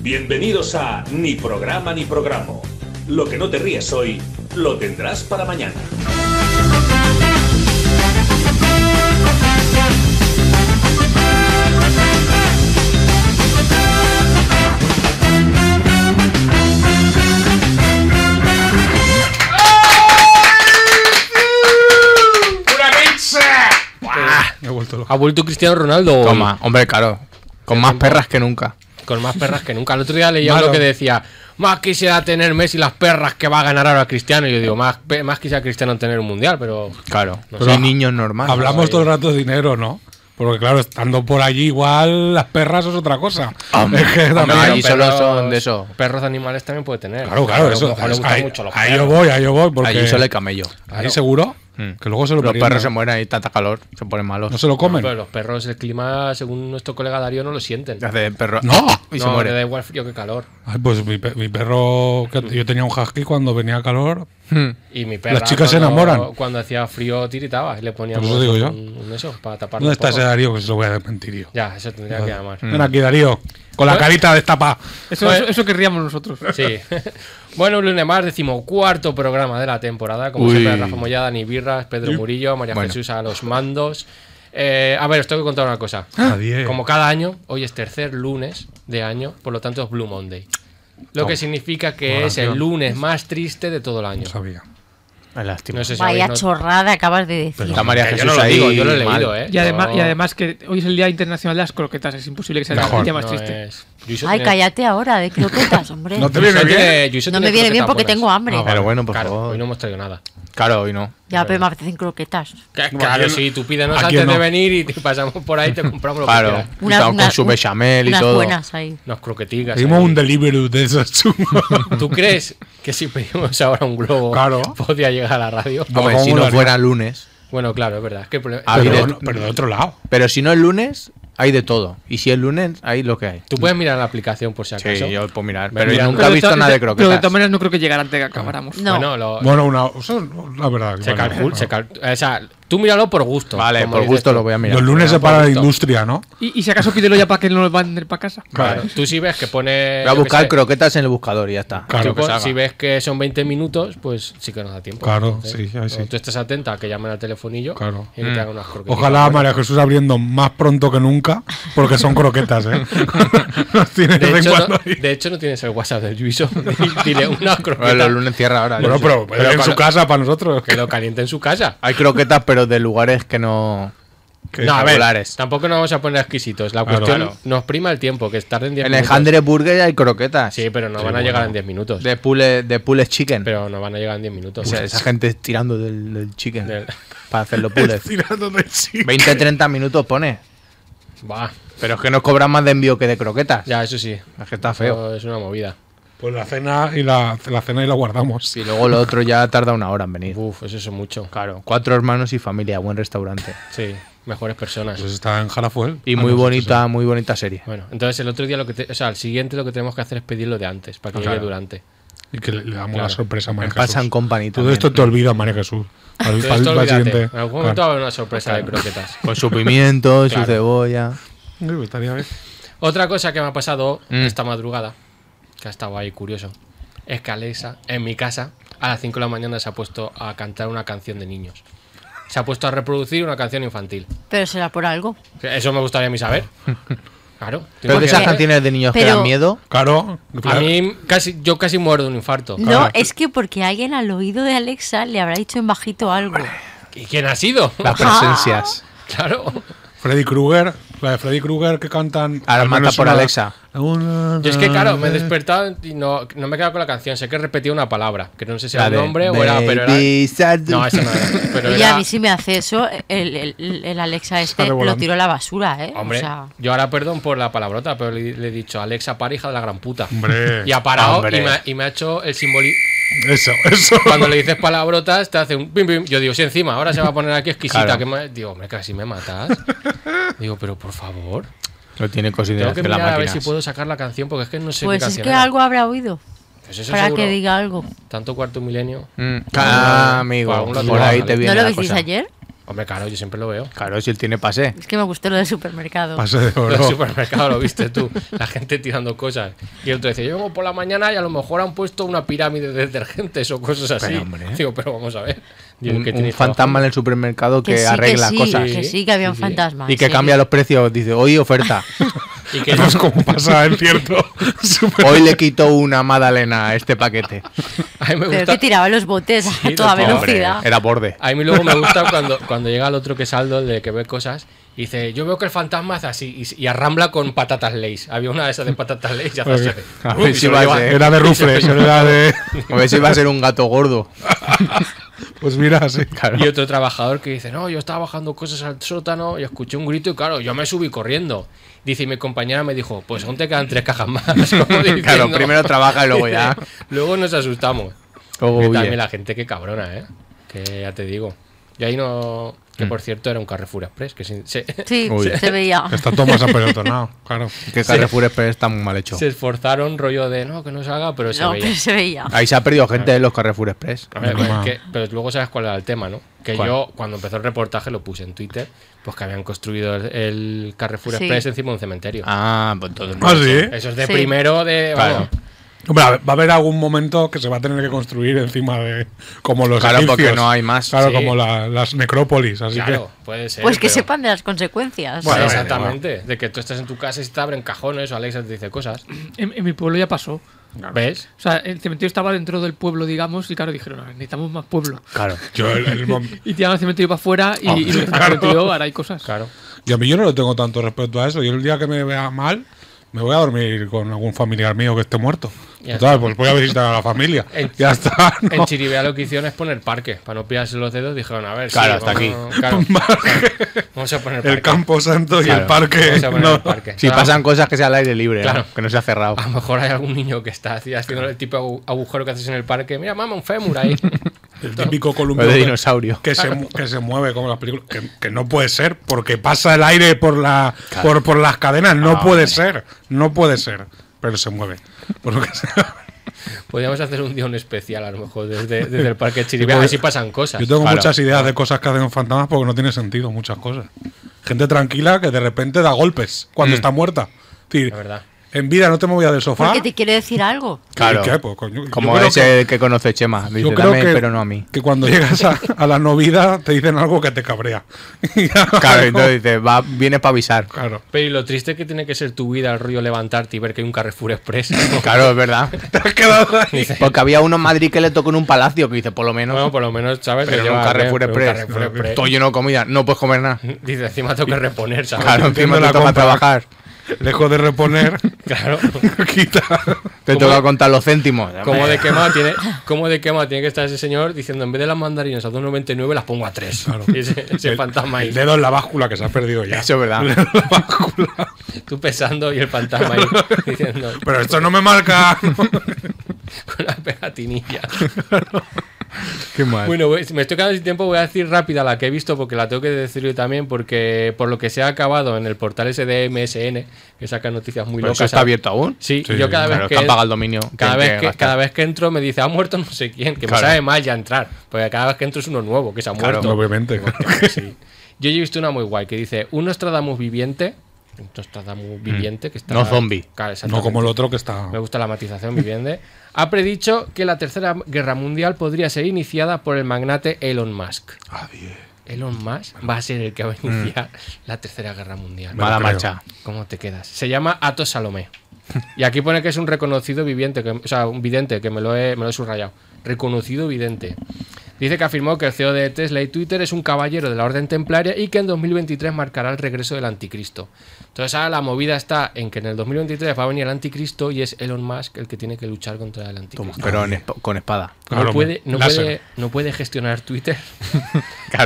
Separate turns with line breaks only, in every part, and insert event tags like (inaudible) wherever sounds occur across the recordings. Bienvenidos a Ni programa ni programa. Lo que no te ríes hoy, lo tendrás para mañana.
¡Una pizza!
Me he vuelto loco.
Ha vuelto Cristiano Ronaldo.
Toma, hombre, claro. Con más perras que nunca.
Con más perras que nunca. El otro día leía
Malo.
uno que decía, más quisiera tener Messi las perras que va a ganar ahora Cristiano. Y yo digo, más, pe- más quisiera Cristiano tener un mundial, pero...
Claro.
No
Son
sé.
niños normales.
ahí.
Hablamos de...
Ay. de-
todo el rato de dinero, ¿no? Porque claro, estando por allí igual las perras es otra cosa. Es que también-
hombre, allí
Pero
solo son de eso.
Perros animales también puede tener.
Claro, claro, eso.
A lo mejor le gustan
ahí,
mucho los
ahí
perros.
yo voy, ahí yo voy, porque
Allí solo hay camello.
ahí seguro
Mm.
que luego se lo
Los
meriendan.
perros se mueren y tanta calor. Se ponen malos.
No se lo comen.
Pero los perros, el clima, según nuestro colega Darío, no lo sienten.
Hace de perro.
No.
Y se
no,
muere.
le da igual frío que calor.
Ay, pues mi, pe- mi perro,
Mm.
que yo tenía un husky cuando venía calor.
Hmm.
Y mi perra,
Las chicas se
cuando-
enamoran.
Cuando hacía frío, tiritaba. Y le poníamos
Por eso digo yo.
un, un eso para tapar.
¿Dónde está ese Darío que se lo voy a desmentir yo?
Ya, eso tendría que llamar.
Ven aquí, Darío, con la
Pues-
carita destapada.
Eso,
Joder.
eso, eso querríamos nosotros.
Sí. (laughs) bueno, un lunes más, decimocuarto programa de la temporada. Como
Uy.
siempre, Rafa Mollada, Ni Birras, Pedro Murillo, María
Bueno.
Jesús a los mandos. Eh, a ver, os tengo que contar una cosa.
Nadie.
Como cada año, hoy es tercer lunes de año, por lo tanto es Blue Monday. Lo que significa que es el lunes más triste de todo el año.
No sabía.
Qué lástima.
No sé si
Vaya
habéis not-
chorrada acabas de decir.
Está María
Que
Jesús
yo no lo
ahí.
digo, yo lo he leído,
mal. Ah,
¿eh?
Y además,
No-
y además que hoy es el Día Internacional de las Croquetas. Es imposible que sea
Mejor.
el día más
no
triste.
es- Yuso
Ay,
tiene-
cállate ahora de croquetas, hombre.
No
No,
te viene
Yuso
bien.
tiene- Yuso
me
tiene
viene bien
croquetas
porque
buenas.
tengo hambre.
Ah, vale. Pero bueno, por
Claro,
favor.
Hoy no hemos traído nada.
Claro, hoy no.
ya, pero me apetecen croquetas.
Ca- Claro,
¿quién-
sí, tú pídenos
a quién
antes de
no?
venir y te pasamos por ahí y te compramos lo que
Claro.
quieras.
Y estamos con su
un-
bechamel y
unas
todo.
buenas ahí.
Unos croqueticas.
Pedimos
ahí.
un delivery
(laughs)
de esos chungos.
¿Tú crees que si pedimos ahora un globo
Claro.
podría llegar a la radio?
No,
Hombre,
¿cómo
si no
molaría?
fuera lunes.
Bueno, claro, es verdad. es que el problema-
Ah,
Pero
bien.
pero,
de-
pero de otro lado.
Pero si no es lunes, hay de todo. Y si es lunes, hay lo que hay.
Tú puedes mirar la aplicación por si acaso.
Sí, yo puedo mirar.
Venga.
Pero yo
Pero
nunca he visto
to-
nada de
Pero de todas
croquetas.
maneras no creo que llegara antes de que acabáramos.
No.
Bueno, lo-
Bueno, una. Eso, la verdad. que
Oh. se,
bueno,
calcula,
bueno.
se cal- O sea, tú míralo por gusto.
Vale,
como
por
dices
gusto
tú.
lo voy a mirar.
Los lunes se
Mira,
para la
poquito.
industria, ¿no?
Y, y si acaso pídelo ya para que no lo manden para casa.
Claro. Tú si ves que pone.
Voy a
Eh, yo qué
buscar
sé,
croquetas en el buscador y ya está.
Claro,
tú
que
pon-
salga.
si ves que son 20 minutos, pues sí que nos da tiempo.
Claro,
Entonces,
sí, ahí sí.
Tú estás atenta a que llamen al telefonillo
Claro. Mm.
y que te hagan unas croquetas.
Ojalá María Jesús abriendo más pronto que nunca, porque son croquetas,
(laughs)
¿eh? Nos tiene de
De
vez en
hecho, no,
cuando ahí.
de hecho, no tienes el WhatsApp del Juiso. (laughs) Dile unas
Bueno,
croquetas.
los lunes cierra ahora.
Bueno,
yo sé.
pero, en su
cuando-
casa para nosotros.
Que lo caliente en su casa.
Hay croquetas, pero de lugares que no.
Que-
No, a ver,
populares.
tampoco nos vamos a poner exquisitos. La
Claro.
cuestión
Claro.
nos prima el tiempo, que tarden 10
En el
minutos.
Handre Burger hay croquetas.
Sí, pero no van a llegar en 10 minutos.
De pule, de pulled chicken.
Pero no van a llegar en 10 minutos.
O sea, esa gente tirando del, del chicken
Del-
para hacer los
(laughs)
pulled.
Tirando de sí.
20-30 minutos pone.
Va,
Pero es que nos cobran más de envío que de croquetas.
ya, eso sí.
Es que está feo.
Eso Es una movida.
Pues la cena y la, la cena y la guardamos.
Y luego lo otro ya tarda una hora en venir.
Uf, eso es mucho.
Claro, cuatro hermanos y familia, buen restaurante.
Sí, mejores personas.
Pues está en Jarafuel.
Y
Ah,
muy
no,
bonita, muy bonita serie.
Bueno, entonces el otro día, lo que te- o sea, el siguiente lo que tenemos que hacer es pedirlo de antes, para que llegue durante.
Y que le, le damos la sorpresa a María Jesús.
Pasan Company
Todo
también.
esto te olvida, María Jesús. Para el-
Entonces,
para el-
esto
para el
olvídate.
siguiente.
En algún momento va
Claro.
a haber una sorpresa de croquetas.
Con su pimiento, su
Claro.
cebolla.
Uy, estaría bien.
Otra cosa que me ha pasado
Mm.
esta madrugada, que ha estado ahí curioso, es que Alexa, en mi casa, a las 5 de la mañana se ha puesto a cantar una canción de niños. Se ha puesto a reproducir una canción infantil.
Pero será por algo.
Eso me gustaría a
(laughs)
mí saber. Claro. ¿te
Pero de esas
imaginas?
canciones de niños que
Pero-
dan miedo.
Claro.
A
claro.
mí casi, yo casi muero de un infarto.
No, es que porque alguien al oído de Alexa le habrá dicho en bajito algo.
¿Y quién ha sido?
Las presencias.
(laughs) Claro.
Freddy Krueger, la de Freddy Krueger que cantan.
Ahora
al
mata
menos
por
una- eh,
Alexa.
una-
Yo es que, claro, me he despertado y no, no me he quedado con la canción. Sé que repetía una palabra, que no sé si era
La
el
de
nombre o era. Pero era
Baby Shark.
no, esa no
(laughs)
era. Pero
Y a
era
mí si me hace eso, el, el- el Alexa este
Sale
lo
volando.
tiro a la basura, ¿eh?
Hombre,
O sea,
yo ahora perdón por la palabrota, pero le, le he dicho Alexa, para hija de la gran puta.
Hombre.
(laughs) Y ha parado
Hombre.
y me, ha- y me ha hecho el simbolismo.
Eso, eso.
Cuando le dices palabrotas, te hace un pim pim. Yo digo, sí, encima, ahora se va a poner aquí exquisita.
Claro.
Que me- Digo, hombre, casi me matas. Digo, pero por favor.
(laughs) No tiene
Tengo que
consideración la
mirar a ver
máquina.
si puedo sacar la canción porque es que no sé qué
pues es
canción
que
¿eh?
era.
algo habrá oído
Pues eso
para
seguro.
que diga algo.
Tanto cuarto milenio.
Mm. Ah, amigo,
Por algún lado
por ahí
vale.
te viene
¿No lo
la
visteis
cosa.
ayer?
Hombre, claro, yo siempre lo veo.
Claro, si él tiene pase.
Es que me gustó lo del supermercado.
(laughs)
Pase de
Lo del
oro.
supermercado lo viste tú, la gente tirando cosas. Y el otro dice, yo vengo por la mañana y a lo mejor han puesto una pirámide de detergentes o cosas así.
Pero, hombre.
Digo, pero vamos a ver. Digo,
Un,
¿qué
un
tenéis
fantasma en el supermercado que,
sí,
arregla
sí,
cosas.
Que sí, que había un fantasma.
Y que
sí.
cambia los precios. Dice, hoy oferta.
trabajo? Y que
Eso es como pasa
(laughs)
en cierto. super-
Hoy le quito una magdalena a este paquete.
a mí me
Pero
gusta.
que tiraba los botes
Sí,
a toda
los-
Hombre, eh,
velocidad.
era borde.
A mí luego me gusta cuando, cuando llega el otro que saldo, el de que ve cosas, y dice, yo veo que el fantasma hace así, y, y arrambla con patatas leis. Había una de esas de patatas leis y hace así.
A
Uy,
ver
se
si
lo
va a
lleva.
ser,
Era de rufles, era de.
a ver si va a ser un gato gordo.
Pues mira, sí.
Y otro trabajador que dice, no, yo estaba bajando cosas al sótano y escuché un grito y claro, yo me subí corriendo. Dice, y mi compañera me dijo, pues aún te quedan tres cajas más. (laughs) Como
Claro,
diciendo-
primero trabaja y luego
(laughs)
ya.
Luego nos asustamos.
Luego
Que
huye.
también la gente que cabrona, ¿eh? Que ya te digo. Y ahí no...
Mm.
Que por cierto era un Carrefour Express, que se, se-
Sí,
Uy.
se veía.
Está todo
(laughs)
más apelotonado, claro.
Que Carrefour Express está muy mal hecho.
se esforzaron rollo de, no, que no se haga, pero se
No,
veía.
pero se veía.
Ahí se ha perdido gente de los Carrefour Express.
A ver,
Menos
pero,
mal.
es que- pero luego sabes cuál era el tema, ¿no? Que yo, cuando empezó el reportaje, lo puse en Twitter, pues que habían construido el, el Carrefour
Sí.
Express encima de un cementerio.
Ah, pues todo.
Ah, sí.
Eso es de
Sí.
primero de. vamos,
Hombre, a ver, va a haber algún momento que se va a tener que construir encima de. Como los
Claro, porque
egipcios.
no hay más.
Claro,
Sí.
como la- las necrópolis, así
claro, puede ser.
Pues que
pero-
sepan de las consecuencias.
Bueno, ¿eh?
Bueno,
exactamente. De que tú estás en tu casa y se te abren cajones o Alexa te dice cosas.
En, en mi pueblo ya pasó.
¿Ves?
O sea, el cementerio estaba dentro del pueblo, digamos, y claro, dijeron, "Ah, necesitamos más pueblo.
Claro.
que. Yo, el- el mom-
Y tiraron el cementerio para afuera y, y lo dejaron metido, ahora hay cosas.
Claro.
y a mí yo no le tengo tanto respeto a eso. Yo el día que me vea mal, me voy a dormir con algún familiar mío que esté muerto.
Ya
Total, pues voy a visitar a la familia.
En-
ya está. ¿no?
En Chiribea lo que hicieron es poner parque. Para no pillarse los dedos, dijeron, a ver.
Claro, hasta
vamos-
(laughs)
claro, claro, vamos a poner parque.
El campo santo y el
Claro.
parque.
Vamos a poner
no.
el parque.
(laughs) Si
Claro,
pasan cosas que sea al aire libre, ¿no?
Claro. Ah,
que no se ha cerrado.
A lo mejor hay algún niño que está así, haciendo el tipo agu- agujero que haces en el parque. Mira, mamá, un fémur
(laughs)
ahí.
El típico columpio
O de
que-
dinosaurio.
Que, se, mu- que se mueve como las películas. Que, que no puede ser, porque pasa el aire por, la, por, por las cadenas. No
Ah,
puede ser, no puede ser. Pero se mueve. Por lo que sea.
Podríamos hacer un día un especial, a lo mejor, desde, desde el parque de Chiribea. Así pasan cosas.
Yo tengo
Claro.
muchas ideas de cosas que hacen los fantasmas porque no tiene sentido muchas cosas. Gente tranquila que de repente da golpes cuando
Mm.
está muerta. Es decir,
La verdad.
en vida no te movía del sofá.
Porque te quiere decir algo.
Claro.
¿Y qué? Pues, coño, yo
Como
creo
ese
que-
que, conoce Chema. Dice,
Yo creo
"Dame,
que,
pero no a
(laughs)
mí.
que cuando llegas a, a la novida te dicen algo que te cabrea. (laughs) Y ya,
Claro, entonces dice, va, vienes para avisar.
claro.
Pero y lo triste que tiene que ser tu vida el rollo levantarte y ver que hay un
(laughs)
Carrefour Express.
Claro, es
(laughs)
verdad.
(laughs) Te has quedado ahí.
Porque había uno en Madrid que le tocó en un palacio que dice, por lo menos.
Bueno, por lo menos, ¿sabes?
pero
Te
en un
lleva
Carrefour
bien,
Express.
pero un Carrefour Express.
Todo lleno de comida. No puedes comer nada.
(laughs) Dice, encima tengo que reponer, ¿sabes?
Claro, encima
Entiendo
te
la
toca
compra.
trabajar.
Lejos de reponer,
(laughs) Claro.
quita.
Te
¿Cómo
toca
de-
contar los céntimos.
¿Cómo de, quemado tiene, ¿Cómo de quemado tiene que estar ese señor diciendo en vez de las mandarinas a 2,99 las pongo a 3? (laughs) Y ese, ese fantasma ahí.
El dedo en la báscula que se ha perdido ya.
Eso es verdad.
El dedo en la báscula.
Tú pensando y el
(laughs)
fantasma ahí diciendo
Pero esto no me marca.
con la pegatinilla.
Qué mal.
Bueno, pues, me estoy quedando sin tiempo. Voy a decir rápida la que he visto porque la tengo que decir yo también. Porque por lo que se ha acabado en el portal ese de MSN, que saca noticias muy
Pero
locas.
eso está abierto aún.
Sí,
Sí,
yo cada
Claro,
vez
que han
que.
pagado el dominio.
Cada
tienen
vez, que,
gastar.
cada vez que entro me dice, ha muerto no sé quién, que
Claro.
me sabe mal ya entrar. Porque cada vez que entro es uno nuevo, que se ha muerto.
Obviamente.
(laughs) Sí. Yo he visto una muy guay que dice, un Nostradamus viviente. Un Nostradamus viviente que está...
No zombie.
Claro,
No
exactamente.
como el otro que está.
Me gusta la matización viviente. Ha predicho que la Tercera Guerra Mundial podría ser iniciada por el magnate Elon Musk. Elon Musk va a ser el que va a iniciar la Tercera Guerra Mundial.
Mala
Me lo
marcha.
¿Cómo te quedas? Se llama Atos Salomé. Y aquí pone que es un reconocido viviente, que- o sea, un vidente, que me lo, he, me lo he subrayado. Reconocido vidente. Dice que afirmó que el CEO de Tesla y Twitter es un caballero de la Orden Templaria y que en 2023 marcará el regreso del anticristo. Entonces ahora la movida está en que en el 2023 va a venir el anticristo y es Elon Musk el que tiene que luchar contra el anticristo.
Toma, pero en esp- con espada.
Claro,
no, puede, no,
láser.
puede, no puede gestionar
(laughs)
Twitter.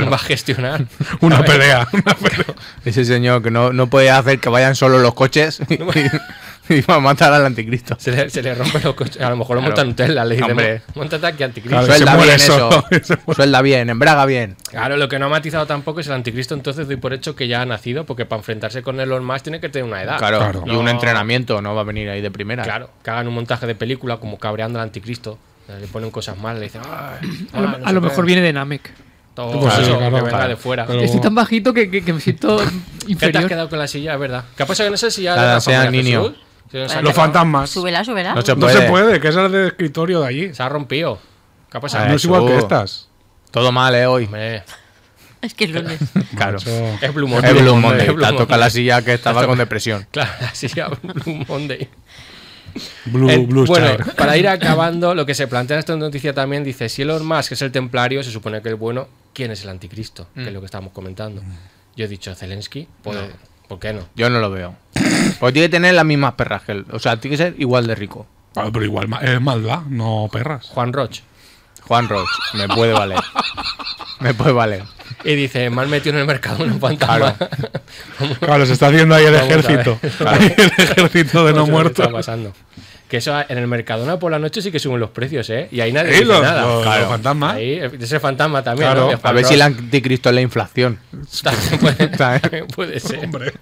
No va a gestionar.
Una pelea. una pelea.
Ese señor que no, no puede hacer que vayan solo los coches (laughs) y, y va a matar al anticristo.
Se le, se le rompen los coches. A lo mejor lo
Claro.
montan en Tesla. Le dicen,
Hombre.
montate aquí anticristo.
Claro, y se
Suelda
muere
bien eso.
solo, (laughs) y se muere.
Suelda bien, embraga bien.
Claro, lo que no ha matizado tampoco es el anticristo, entonces doy por hecho que ya ha nacido, porque para enfrentarse con Elon Musk tiene que tener una edad.
Claro,
Claro.
y un
Ah, No.
entrenamiento, no va a venir ahí de primera.
Claro, que hagan un montaje de película (clears throat) como cabreando al anticristo. Le ponen cosas mal, le dicen... "Ay,
A lo,
ah, no
a
sé
lo
qué".
mejor viene de Namek.
Todo
Pues sí,
eso
claro,
que venga
claro.
de fuera.
Pero-
Estoy tan bajito que, que- que me siento
¿Qué te has
inferior.
quedado con la silla? Es verdad. ¿Qué ha pasado con esa silla?
La
de
de
la
San
familia
Niño.
Jesús? Se nos ha
Bueno,
Los
quedado-
fantasmas.
Súbela, súbela.
No se
No
puede.
se puede, que esa es de escritorio de allí.
Se ha rompido. ¿Qué ha pasado?
Ah,
No es igual que
eso.
estas.
Todo mal, ¿eh? Hoy.
Hombre,
Es que es lunes.
Claro.
Macho.
es Blue Monday.
Es Blue
Es
Monday.
Blue
Te ha tocado
Monday.
la silla que estaba con depresión.
Claro, la silla (laughs) Blue Monday.
Blue,
Eh,
Blue
bueno,
(laughs) Shire.
para ir acabando, lo que se plantea en esta noticia también dice, si Elon Musk es el templario, se supone que el bueno, ¿quién es el anticristo? Que es lo que estábamos comentando. Yo he dicho Zelensky, pues, ¿por qué no?
Yo no lo veo. Pues tiene que tener las mismas perras que él. O sea, tiene que ser igual de rico.
Ah, pero igual ma- es maldad, no perras.
Juan Roch.
Juan Roch, me puede valer. Me puede valer.
Y dice, me han metido en el mercado una fantasma.
Claro, se está haciendo ahí el
Vamos a ver.
ejército. (laughs) Ahí el ejército de no
(laughs) Eso es lo que
muertos.
está pasando. Que eso en el Mercadona por la noche sí que suben los precios, ¿eh? Y ahí nadie
Eh,
dice
los-
nada.
los- los fantasmas.
Ahí, ese fantasma también.
Claro.
¿no? De
A
Juan
ver si
Roch.
el anticristo es la inflación.
(laughs)
(laughs)
También puede,
¿Sabes?
también puede ser.
Hombre.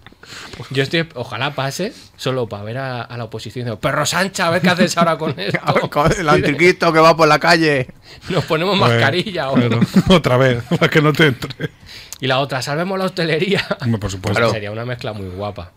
Yo estoy, ojalá pase, solo para ver a, a la oposición. diciendo, Perro Sancha, a ver qué haces ahora con esto.
(laughs) A ver, con
(laughs)
El anticristo que va por la calle.
Nos ponemos
Pues,
mascarilla ahora.
pero, (laughs) otra vez, para que no te entre.
Y la otra, salvemos la hostelería.
Hombre, por supuesto.
(laughs) Claro.
Sería una mezcla muy guapa.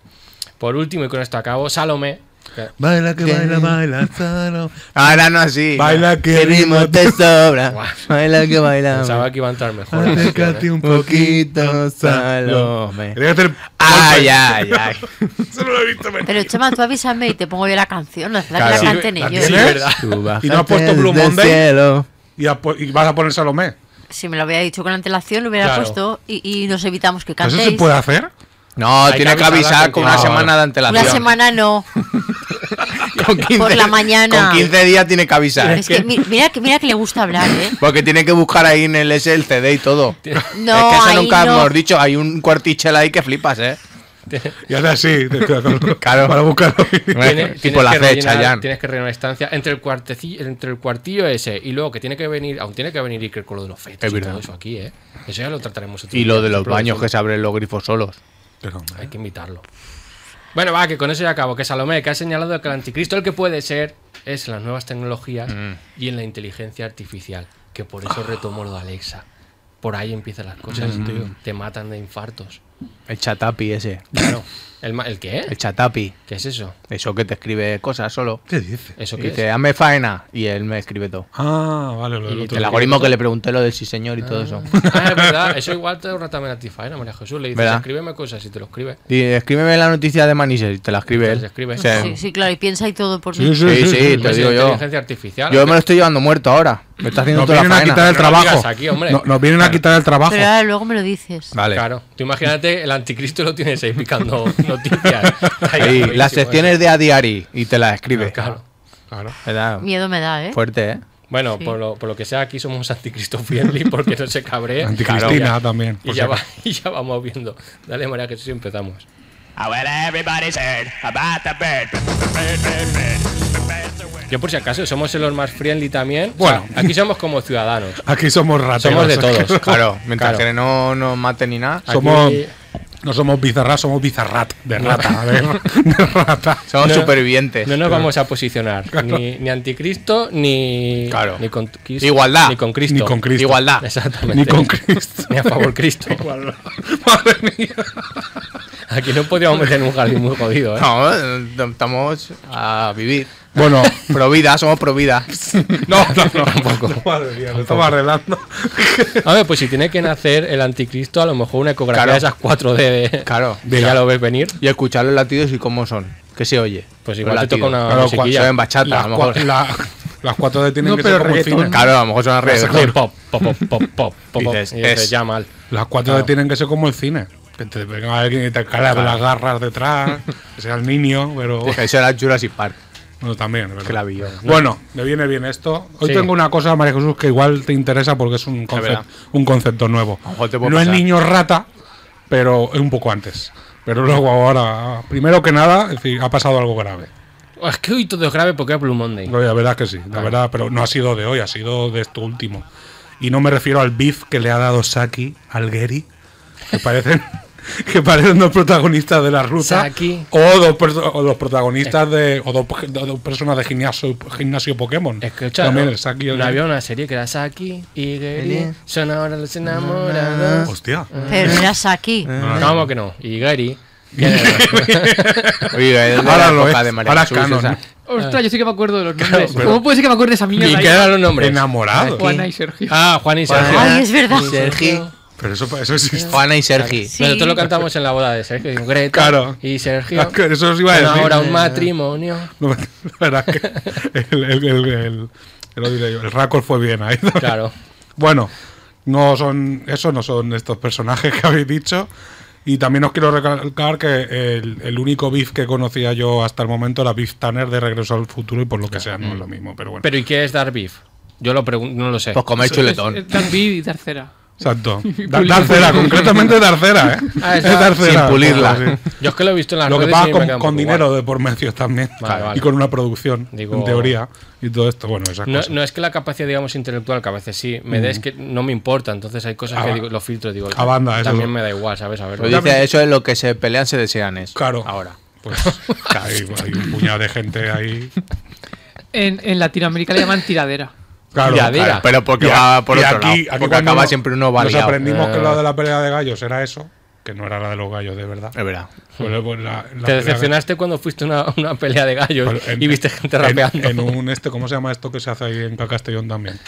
Por último, y con esto acabo, Salomé. que-
Baila que baila, baila, Salo.
Ahora no así.
Baila que ritmo
(laughs)
te
sobra.
Guau.
Baila que
Pensaba
baila.
que iba a entrar mejor.
Acércate un poquito, Salome. Quería hacer.
Ay, ay, ay.
(laughs) Se lo he visto venir.
Pero Chema, tú avísame y te pongo yo la canción. No hace falta que
Claro.
la canten
¿La
ellos.
Sí,
tienes?
verdad.
¿Y no has puesto Blue Monday? Y, has pu- y vas a Pues poner Salomé.
Si me lo hubiera dicho con antelación, lo hubiera
Claro.
puesto y, y nos evitamos que
¿Pero ¿Eso
cantéis.
se puede hacer?
No,
que
tiene que
avisarla
avisar
con
con una
tiempo.
semana de antelación.
Una semana no.
(laughs) Con 15
Por la mañana.
Con 15 días tiene que avisar.
Es que mi- mira, que mira que le gusta hablar, ¿eh?
Porque tiene que buscar ahí en el S el CD y todo.
No,
es que
ahí
eso nunca
no.
hemos dicho. Hay un cuartichel ahí que flipas, ¿eh?
Y hace así. de-
Claro.
Para buscarlo.
Tiene-
tipo
tienes
la
que
fecha,
rellenar-
ya.
Tienes que rellenar estancia entre el, cuarteci- entre el cuartillo ese y luego que tiene que venir, aún tiene que venir Iker con lo de los fetos
Es
y
verdad.
todo eso aquí, ¿eh? Eso ya lo trataremos otro
Y
día,
lo de
otro
los baños
programa.
que se abren los grifos solos.
Hay que invitarlo. Bueno, va, que con eso ya acabo. Que Salomé, que ha señalado que el anticristo el que puede ser es en las nuevas tecnologías
Mm.
y en la inteligencia artificial. Que por
Ah.
eso retomo lo de Alexa. Por ahí empiezan las cosas, tío. Te matan de infartos.
El chatapi ese.
Claro. ¿El, ma- el qué?
El chatapi.
¿Qué es eso?
Eso que te escribe cosas solo.
¿Qué dice?
¿Eso
Y
qué es?
dice, dame faena. Y él me escribe todo.
Ah, vale, lo
Y
del otro.
te
El
la-
algoritmo que le pregunté lo del sí señor y todo eso.
(laughs) Ah, es verdad. Eso igual te ahorra también a ti, faena, María Jesús. Le dices,
¿Verdad?
escríbeme cosas y te lo escribe.
Y escríbeme la noticia de Manises y te la escribe
Te
él.
la escribe.
O sea,
Sí, sí, claro, y piensa y todo por
Sí,
mí.
sí,
Sí,
sí.
sí,
sí.
te
Pues,
digo yo.
inteligencia artificial.
Yo me lo estoy llevando muerto ahora. Me está haciendo
Nos
toda la
vienen a
faena.
quitar el
No digas
trabajo.
aquí, hombre.
No- Nos vienen a quitar el trabajo.
Pero ahora luego me lo dices.
Vale.
Claro, tú imagínate, el anticristo lo tienes
(laughs)
ahí picando noticias. Está
Ahí,
ahí buenísimo,
las secciones de a diari y te las escribe.
eso. Claro.
¿Verdad?
Miedo me da, ¿eh?
Fuerte, ¿eh?
Bueno, por, lo, por lo que sea, aquí somos anticristo friendly porque no se
(laughs)
cabree.
Anticristina
Claro.
también,
Y
por
ya,
si
va- (laughs) y ya vamos viendo. Dale, María Jesús, y empezamos. Yo, por si acaso, somos los más friendly también. O sea,
Bueno.
aquí somos como ciudadanos.
Aquí somos rateros.
Somos de
es que-
todos.
Pues Claro, mientras
Claro.
que no nos maten ni nada.
Aquí-
Somos. No somos bizarras, somos bizarrat. De rata, a ver. De rata.
Somos
No, no.
supervivientes.
No nos vamos a posicionar ni, ni anticristo ni,
Claro.
ni con Cristo-
Igualdad.
Ni con Cristo. Ah,
Ni con Cristo.
Igualdad.
Exactamente.
Ni con Cristo.
(laughs) Ni a favor Cristo.
(laughs) Madre mía.
Aquí no podríamos meter en un jardín muy jodido, ¿eh?
No, eh, estamos a vivir.
Bueno,
Pro vida, somos pro vida.
no, no, no. Tampoco. Madre mía, lo estamos arreglando.
A ver, pues si tiene que nacer el anticristo, a lo mejor una ecografía
Claro.
de esas 4D de,
Claro.
que ya lo ves venir.
Y escuchar los latidos y cómo son. ¿Qué se oye?
Pues
Los
igual te
latidos.
toca una
Claro,
musiquilla.
Son en bachata,
Las,
a lo
cua-
mejor.
la- las cuatro D tienen
No,
que
pero
ser como el
reggaetón.
cine.
(laughs) Claro, a lo mejor son alrededor. (laughs)
Sí, pop, pop, pop, pop, pop,
(laughs)
pop.
Dices,
Y dices,
es-
ya mal.
Las cuatro D tienen que ser como el cine. Que te venga alguien y te cala las garras detrás. Que sea el niño, pero.
(laughs) Eso era Jurassic
(laughs)
Park.
Bueno, también, es verdad.
Que la vio.
Bueno, me viene bien esto. Hoy
Sí.
tengo una cosa, María Jesús, que igual te interesa porque es un, concepto-
verdad.
un concepto nuevo.
lo mejor te
No
puede
es
pasar.
niño rata, pero es un poco antes. Pero luego ahora, primero que nada, es decir, ha pasado algo grave.
Oh, Es que hoy todo es grave porque es Blue Monday.
No, La verdad es que sí, la verdad, pero no ha sido de hoy, ha sido de esto último. Y no me refiero al beef que le ha dado Saki al Gary, que parecen que parecen dos protagonistas de la ruta
Saki.
o dos, perso- o dos protagonistas de o dos, pe- do- dos personas de gimnasio, gimnasio Pokémon.
Escucha,
También
¿no?
el Saki y el-
No había una serie que era Saki y Gary
Gary.
son ahora los enamorados.
Hostia.
Pero era Saki.
No, ¿Cómo que no? Y
(laughs)
Gary.
Oye, es de
Ahora
la
lo
época
es,
de María
ahora es
Jesús,
canon.
esa.
Ostras, yo sí que me acuerdo de los nombres.
pero-
¿Cómo puede ser que me acuerde de esa
¿Y
mierda?
qué eran los nombres?
Enamorado.
Juana y Sergio.
Ah, Juan y Sergio.
Juana
Ay, es verdad.
y Sergi.
Pero eso, eso existe.
Juana y Sergi.
Sí.
Pero todo lo cantamos en la boda de Sergio. y Greta
Claro.
y Sergio.
Eso os iba a
Son
decir.
ahora un matrimonio.
No, la verdad es que el, el, el, el- el- el- el récord fue bien ahí. (laughs)
Claro.
Bueno, no son, esos no son estos personajes (laughs) que habéis dicho. Y también os quiero recalcar que el, el único beef que conocía yo hasta el momento era Beef Tanner de Regreso al Futuro y por lo que sea, no es lo mismo. Pero bueno,
Pero ¿y qué es dar beef? Yo lo pregunto, no lo sé.
Pues comer
Es
chuletón.
Dan Bid y tercera.
(laughs)
exacto. Da- Darcera, concretamente Darcera, ¿eh?
Ah,
Es
esa-
Darcera,
sin pulirla.
pues,
(laughs)
sí.
Yo es que lo he visto en las
Lo que
redes
pasa
y Ah, me
con,
queda un
con
poco
dinero de por medio también.
Vale, vale.
(laughs) Y con una producción, en
Digo-
teoría. Y todo esto, bueno, esas
guay.
cosas.
No, no es que la capacidad, digamos, intelectual, que a veces sí me des que no me importa, entonces hay cosas que
Ah,
digo, lo filtro, digo,
a banda, eso
también
es-
me da igual, ¿sabes? A ver,
Lo Pues dice, eso es lo que se pelean, se desean es.
Claro.
Ahora.
Pues (laughs) hay, hay un puñado de gente
(laughs)
ahí.
En, en Latinoamérica le llaman tiradera.
Claro,
Tiradera.
claro.
Pero porque
Y a-
va por
y
otro
aquí-
lado.
aquí
porque
cuando
acaba
nos-
siempre uno Eh. va
Nos
liado.
aprendimos que lo de la pelea de gallos era eso, que no era la de los gallos de verdad.
Es verdad.
Pero, pues, la- la pelea
te
de-
decepcionaste cuando fuiste a una, una pelea de gallos
Pero en-
y viste gente
en-
rapeando.
En, un este, ¿cómo se llama esto que se hace ahí en Cacastellón también?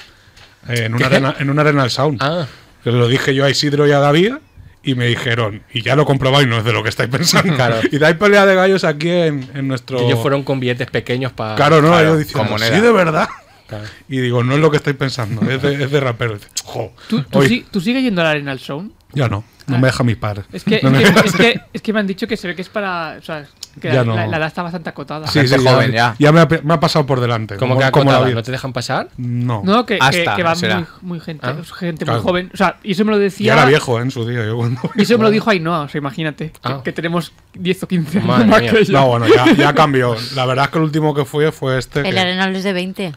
Eh, en, una arena, en un Arenal Sound.
Ah.
Que lo dije yo a Isidro y a David y me dijeron, y ya lo comprobáis, no es de lo que estáis pensando.
Claro.
Y dais pelea de gallos aquí en, en nuestro.
Ellos fueron con billetes pequeños para.
Claro, no,
Claro,
ellos dicen,
con moneda.
sí, de verdad.
Claro.
Y digo, no es lo que estáis pensando, es de, es de rapero. Dice, Jo,
¿Tú, tú,
hoy-
sí- tú sigues yendo al Arenal Sound?
ya no, no me deja mis padres.
Ah. Es que,
(laughs) No me-
es, que, es, que, es que me han dicho que se ve que es para. O sea, que
Ya
la,
no.
la, la edad está bastante acotada.
Sí,
gente
sí,
joven, ya.
me, ha, pe- me ha pasado por delante.
Como que
la
acotada,
vida.
¿no te dejan pasar?
No.
No, que, que-
Hasta,
que va
será.
muy, muy gente,
Ah,
gente
claro.
muy joven. O sea, y eso me lo
ya
decía.
era viejo ¿eh? en su día. Yo
(laughs)
cuando...
Y eso me lo dijo Ainhoa, o sea, imagínate. que-
Ah.
Que, tenemos 10 o 15 años
Madre
más
mía.
que yo.
No, bueno, ya, ya cambió. La verdad es que el último que fui fue este.
El
que-
Arenal es de 20,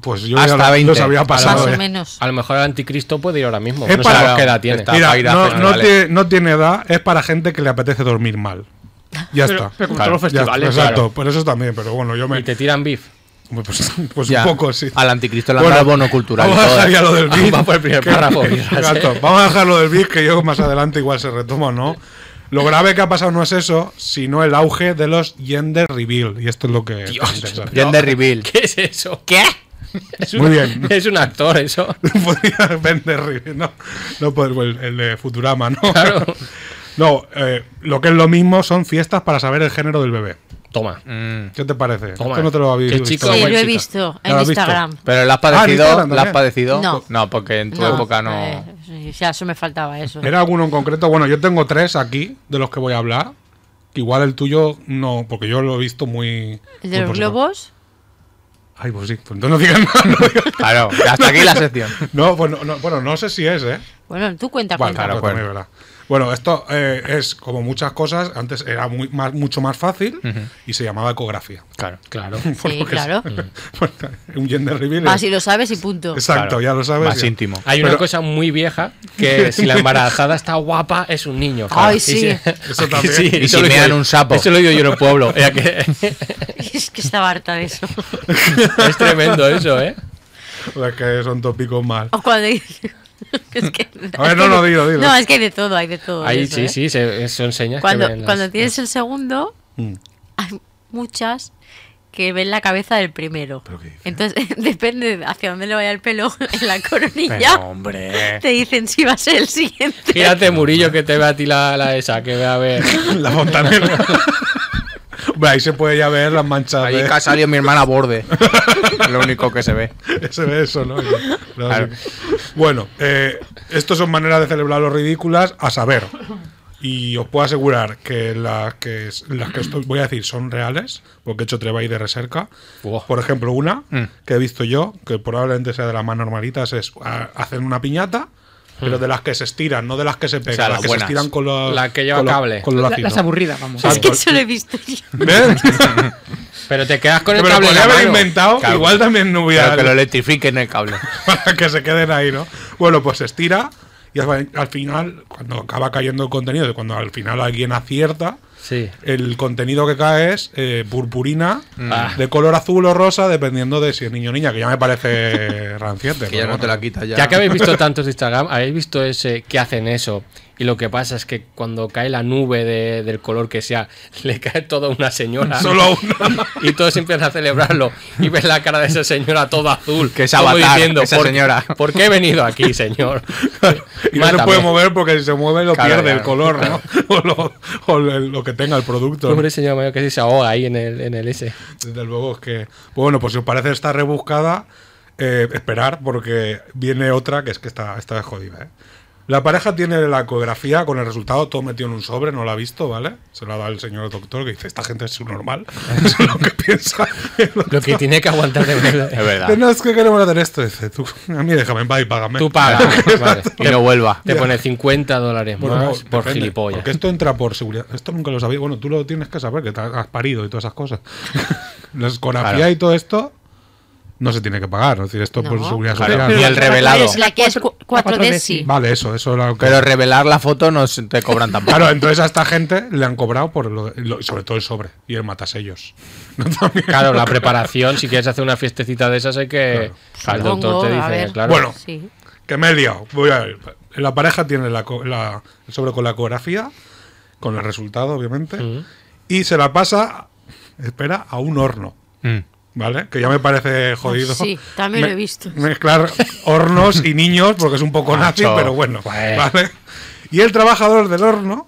pues yo
Hasta
ya lo-
20.
los había
más
pasado.
o
ya.
menos.
A lo mejor el anticristo puede ir ahora mismo.
Es
no
para-
sabemos qué edad tiene.
Está-
Mira,
para ir a
no, no,
festivales.
tiene, no tiene edad, es para gente que le apetece dormir mal. Ya
Pero,
está.
pero como
Claro,
todos los
Ya está,
festivales.
exacto, por eso también, pero bueno, yo me.
Y te tiran beef. (laughs)
Pues, pues
Ya.
un poco, sí.
Al anticristo le han dado bono cultural. y
Vamos a
todo. ¿eh?
dejar
(laughs)
ya lo del BIF.
Va ¿eh? por el primer
que-
párrafo. ¿eh?
Exacto. Vamos a dejar lo del BIF, que yo más adelante igual se retoma o no. Lo grave que ha pasado no es eso, sino el auge de los gender reveal. Y esto es lo que. es interesante. (laughs)
Gender reveal.
¿Qué es eso? ¿Qué? Es
Muy
un-
bien.
Es un actor eso.
Podría vender reveal, no. No, pues, el, el de Futurama, ¿no?
Claro.
(laughs) No, eh, lo que es lo mismo son fiestas para saber el género del bebé.
Toma.
Mm.
¿Qué te parece?
Toma.
Esto no te lo habéis
Qué
visto.
chico.
Sí,
Como
lo he
chica.
visto
¿Ya lo
en
has visto?
Instagram.
Pero la has
Ah, en
padecido,
Instagram
la has
también.
padecido.
No.
porque en tu
No,
época no.
eh, sí, ya, eso me faltaba eso.
¿Era alguno en concreto? Bueno, yo tengo tres aquí de los que voy a hablar. Igual el tuyo no, porque yo lo he visto muy. muy
¿El de los
por separado.
globos?
Ay, pues sí. Pues entonces no digan (laughs) nada. No, digan-
Claro, hasta aquí la sección.
No, pues no, no, bueno, no sé si es, ¿eh?
Bueno, tú cuenta,
Bueno,
cuenta.
Claro,
claro, también es verdad. Bueno, esto eh, es como muchas cosas. Antes era muy, más- mucho más fácil y se llamaba ecografía. (laughs)
Claro. Claro.
Por
Sí,
lo que es-
claro.
(laughs) Bueno, un gender reveal.
Ah,
es-
si lo sabes y punto.
Exacto,
Claro,
ya lo sabes.
Más
ya.
íntimo.
Hay una
Pero-
cosa muy vieja que
(laughs)
si la embarazada está guapa es un niño.
Ay,
Y
sí.
si-
Eso también.
Sí,
Y
eso
si
lo digo
mean
yo-
un sapo.
Eso lo digo yo en el pueblo. Era que-
(laughs)
(laughs) Es que estaba harta de eso.
es tremendo eso, ¿eh?
(laughs) O sea, que son tópicos mal.
O cuando (laughs) dice- es que,
A ver,
es
no,
que-
no, dilo, dilo.
No, es que hay de todo, hay de todo. en
Ahí
eso,
sí,
¿eh?
sí, se, son señas
Cuando,
que ven las-
cuando tienes el segundo,
Mm.
hay muchas que ven la cabeza del primero. Entonces, (laughs) depende hacia dónde le vaya el pelo (laughs) en la coronilla.
hombre.
Te dicen si va a ser el siguiente.
Fíjate, Murillo, que te ve a ti la, la esa, que ve a ver.
(laughs) La fontanela. Hombre, ahí se puede ya ver las manchas
Ahí
de- (laughs)
que ha salido mi hermana a borde. lo único que se (laughs) ve.
Se ve eso, ¿no? No,
Claro.
sí. Bueno, eh, estos son maneras de celebrar los ridículas a saber. Y os puedo asegurar que las que, es- las que estoy- voy a decir son reales, porque he hecho trebay de recerca.
Wow.
Por ejemplo, una que he visto yo, que probablemente sea de las más normalitas, es ah, hacen una piñata, pero de las que se estiran, no de las que se pegan,
sea,
las
las
que
buenas.
se estiran con los.
La que lleva
con los-
cable.
con los
La-
lacitos.
las aburridas, vamos.
Es que
Exacto.
eso lo he visto yo.
¿Ves?
(laughs)
Pero te quedas con
Que
el
me lo
cable en
podría
la
haber
mano.
inventado,
Claro.
igual (laughs) también no hubiera.
Pero que lo electrifiquen el cable.
para que se queden ahí, ¿no? Bueno, pues se estira Y al, al final, cuando acaba cayendo el contenido, cuando al final alguien acierta,
Sí.
el contenido que cae es eh, purpurina,
Mm.
Ah.
de color azul o rosa, dependiendo de si es niño o niña, que ya me parece (laughs) ranciente.
Que ya
pero
no te
bueno.
la quitas ya.
Ya que habéis visto tantos de Instagram, habéis visto ese que hacen eso. Y lo que pasa es que cuando cae la nube de- del color que sea, le cae toda una señora.
(laughs)
Solo a una.
Y todos empiezan a celebrarlo. Y ves la cara de esa señora toda azul.
Que es
como
avatar, esa
¿por,
señora".
¿Por qué he venido
(laughs)
aquí, señor?
Y no se
Mátame.
puede mover porque si se mueve lo
Claro,
pierde
claro.
el
(laughs)
color, ¿no? o lo, o el- lo que tenga el producto.
Pobre señor mayor que sí se ahoga ahí en el, en el ese.
Desde luego es que. Bueno, pues si os parece esta rebuscada, eh, esperar, porque viene otra que es que está, esta es jodida, ¿eh? La pareja tiene la ecografía con el resultado todo metido en un sobre, no la ha visto, ¿vale? Se lo ha dado el señor doctor que dice, esta gente es subnormal. Eso (laughs) es lo que piensa.
Lo que tiene que aguantar de verdad.
Es verdad.
Dice, No, es que queremos hacer esto. Dice, tú, a mí déjame en paz y págame.
Tú pagas. vale.
(laughs) Y no vuelva.
Te pone 50 dólares
Bueno, no,
más pues, por
depende,
gilipollas.
Porque esto entra por seguridad. Esto nunca lo sabía. Bueno, tú lo tienes que saber, que te has parido y todas esas cosas. Las ecografía
Claro.
y todo esto no se tiene que pagar. Es decir, esto es por
No.
seguridad
Claro,
social.
y el revelado.
Si la quieres
Cuatro-
cu- 4D,
cuatro
sí.
Vale, eso, eso era lo que-
Pero revelar la foto no se- te cobran tampoco.
Claro, entonces a esta gente le han cobrado por lo, lo- sobre todo el sobre y el matasellos. No, también.
Claro, la preparación, si quieres hacer una fiestecita de esas, hay que. El doctor
Supongo,
te
a
dice,
ver.
claro.
Bueno.
Sí.
Que me he liado. Voy a ver. La pareja tiene la, co- la- el sobre con la ecografía, con el resultado, obviamente, y se la pasa, espera, a un horno.
Mm.
¿Vale? Que ya me parece jodido.
Pues Sí, también lo
Me-
he visto.
Mezclar hornos y niños, porque es un
(laughs)
poco nazi,
Macho,
pero bueno.
pues.
¿Vale? Y el trabajador del horno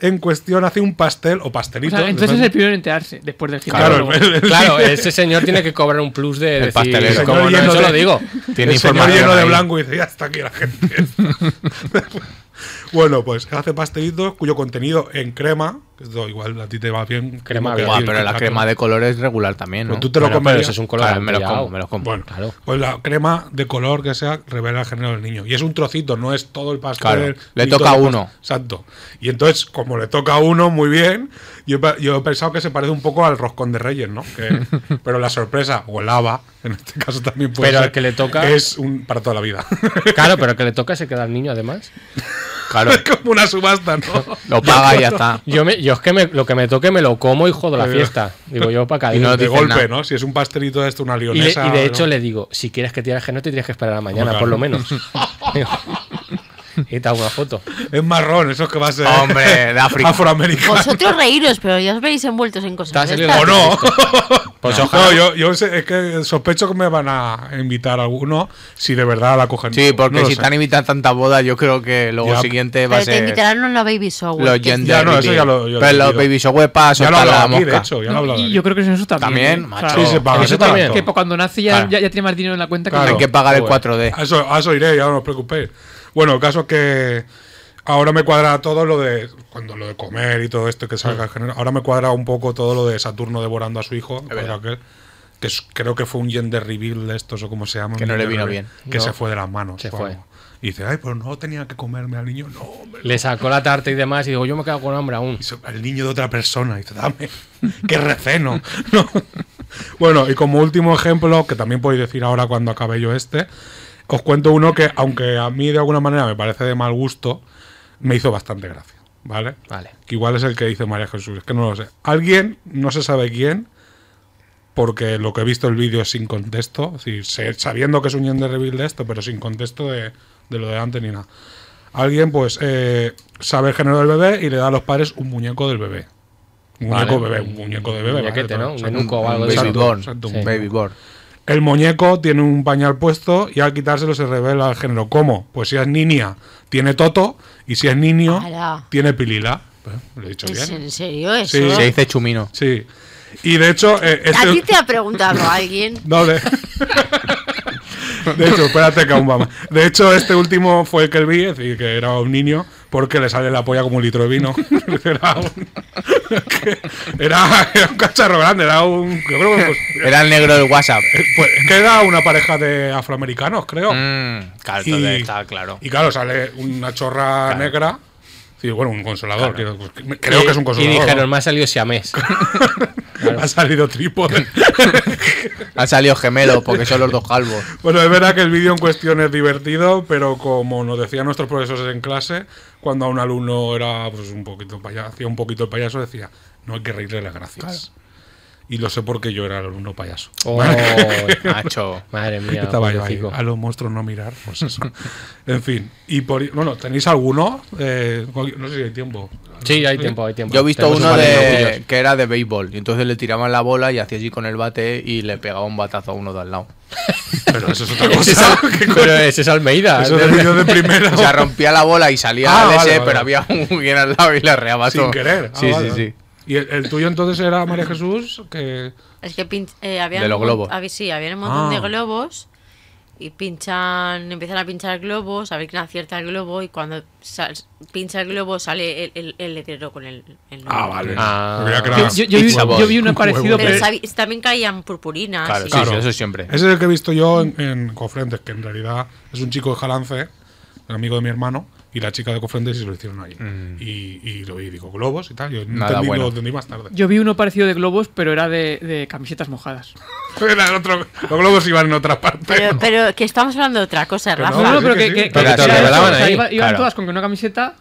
en cuestión hace un pastel o
O
pastelito.
sea, entonces
depende.
el primero en enterarse, después del
Claro,
ginecólogo.
el, el-
Claro, ese señor tiene que cobrar un plus de
El
decir,
pastelero.
Señor
como no,
lleno
eso
de-
lo digo.
Tiene
el señor
información
lleno de
ahí.
blanco y dice, ya está aquí la gente. (laughs) bueno, pues hace pastelitos cuyo contenido en crema, que esto igual a ti te va bien.
Crema
que
bien.
a
Buah,
ti,
pero
que
la
a ti-
crema de color es regular también, ¿no?
Pues tú te lo
Bueno, pero
comerías.
eso es un color
Claro, me los
ampliado.
como, me los como.
Bueno,
Claro.
pues la crema de color que sea revela el género del niño. Y es un trocito, no es todo el pastel.
Claro, le
ni
toca
todo el
a
pas-
uno.
Exacto. Y entonces, como le toca a uno, muy bien. Yo, he pe- yo he pensado que se parece un poco al roscón de Reyes, ¿no?
(laughs)
Que- pero la sorpresa, o el haba, en este caso también puede
Pero al
ser,
que le toca-
Es un, para toda la vida. (laughs)
Claro, pero que le toca se queda al niño además.
(laughs) Claro,
(laughs) es como una subasta, ¿no?
lo paga y ya está.
Yo, me, yo es que me- lo que me toque me lo como y jodo la fiesta. Digo yo para
Y no
de
dice
golpe,
nada.
¿no? Si es un pastelito de esto, una
y, le-
leonesa.
y de
¿no?
hecho le digo, si quieres que tires no te tienes que esperar a la mañana,
Claro.
por lo
(laughs)
menos. y te hago una foto.
Es marrón, eso es que va a ser.
Hombre, de África.
Afroamericano.
Vosotros reíros, pero ya os veis envueltos en cosas.
Te ha
de
salido
estas.
O no.
Pues
No,
ojalá.
yo, yo sé- es que sospecho que me van a invitar a alguno si de verdad la cogen.
Sí, porque
No lo
si
sé.
están invitando a tantas bodas, yo creo que luego
Ya.
siguiente va
Pero
a
te
ser
invitarán a una baby shower.
los
que-
gender
Ya no, eso
reveal.
ya lo- ya lo he
Pero los
vivido.
baby shower para
Ya lo
soltar la
hablaba aquí, de
mosca.
hecho, ya lo hablaba.
Y yo creo que eso está
También,
bien. ¿eh?
macho.
O sea,
Sí, se paga,
Eso
se paga
también.
todo.
Que pa- cuando nace ya,
Claro.
ya, ya tiene más dinero en la cuenta que
Claro.
Hay que pagar el
Joder.
4D.
A eso, a eso iré, ya no os preocupéis. Bueno, el caso es que ahora me cuadra todo lo de cuando lo de comer y todo esto que salga
Mm.
el género. Ahora me cuadra un poco todo lo de Saturno devorando a su hijo. me cuadra aquel, que es- creo que fue un gender reveal de estos o como se llama.
Que
un
no le
gender
vino
reveal,
bien.
Que
No.
se fue de las manos.
Se
o
fue.
algo. Y dice, ay, pues no tenía que comerme al niño. No, hombre.
(laughs) Le sacó la tarta y demás y digo, yo me quedo con hambre aún.
Y so- al niño de otra persona. Y dice, dame, qué receno. No. Bueno, y como último ejemplo, que también podéis decir ahora cuando acabe yo este, os cuento uno que, aunque a mí de alguna manera me parece de mal gusto, me hizo bastante gracia. ¿Vale?
Vale.
Que igual es el que dice María Jesús, es que no lo sé. Alguien, no se sabe quién, porque lo que he visto el vídeo es sin contexto, es decir, sé- sabiendo que es un gender reveal de esto, pero sin contexto de, de lo de antes ni nada. Alguien, pues, eh, sabe el género del bebé y le da a los padres un muñeco del bebé. Un
Vale.
muñeco bebé, un muñeco de bebé.
Muñequete,
vale,
¿no?
o
Un
sea,
nenuco o algo de
Baby
eso.
born.
exacto, un
Sí.
Baby born.
el muñeco tiene un pañal puesto y al quitárselo se revela el género. ¿Cómo? Pues si es niña, tiene Toto y si es niño,
Ala.
tiene Pilila. Bueno, Lo he dicho
¿Es
bien.
en serio eso?
Sí.
Se dice chumino.
Sí. Y de hecho, eh,
¿A ti
este...
te ha preguntado alguien?
No, de... De hecho, espérate que aún va más. De hecho, este último fue el que vi, es decir, que era un niño, porque le sale la polla como un litro de vino. (laughs) Era un, era, era un cacharro grande, era un... Yo creo que pues-
Era el negro del WhatsApp.
pues, que era una pareja de afroamericanos, creo.
Mm, claro, entonces está claro.
Y claro, sale una chorra negra. Sí, bueno, un consolador. quiero- pues, creo que es un
Y
consolador.
dijeron,
¿no?
me ha salido siamés.
(laughs) Ha salido trípode.
Han salido gemelos porque son los dos calvos.
Bueno, es verdad que el vídeo en cuestión es divertido, pero como nos decían nuestros profesores en clase, cuando a un alumno era pues, un poquito paya- hacía un poquito el payaso, decía, no hay que reírle las gracias. Y lo sé porque yo era el alumno payaso.
Oh,
Macho.
madre mía.
Estaba yo ahí,
pobrecito.
a los monstruos no mirar, pues eso. (laughs) en fin, y por, bueno, ¿tenéis alguno? Eh, cualquier- no sé si hay tiempo.
Sí, hay tiempo, hay tiempo.
Yo he visto
Tenemos
uno
un par
de,
minutillos.
que era de béisbol. Y entonces le tiraban la bola y hacía así con el bate y le pegaba un batazo a uno de al lado.
Pero eso Pues es
(laughs)
(laughs) otra
Ese es
cosa.
Al- Pero ese es
Ah,
Almeida.
eso del vídeo de primero.
(laughs) O
(laughs)
sea, rompía la bola y salía
Ah,
al ese,
vale, vale.
pero había un bien al lado y le arreaba
sin
todo.
querer. Ah,
Sí,
vale.
sí, sí.
¿Y el, el tuyo entonces era María Jesús? Que...
Es que pin- eh, habían
De los
un mon-
globos.
había- sí, habían un montón
Ah.
de globos y pinchan, empiezan a pinchar globos, a ver quién acierta el globo y cuando sal- pincha el globo sale el, el, el letrero con el, el nombre.
Ah.
Creía que era-
Yo, yo- yo vi,
Pizza Boy.
yo vi uno parecido,
Pero
pero,
sabi- también caían purpurinas.
Claro,
y-
sí, sí, eso siempre.
Ese es el que he visto yo en, en Cofrentes, que en realidad es un chico de Jalance, el amigo de mi hermano, y la chica de Cofrentes y se lo hicieron ahí. Y, y lo vi, digo, globos y tal. Yo
Mm. Nada
entendí,
bueno.
lo entendí más tarde.
yo vi uno parecido de globos, pero era de, de camisetas mojadas.
(laughs) Era el otro- los globos iban en otra parte.
Pero, pero que estamos hablando de otra cosa,
Que no,
Rafa.
No, no,
sí
pero
que
que,
sí.
que-
Pero
que-
te
que-
revelaban
o sea,
ahí,
iba- iban
claro.
todas con una camiseta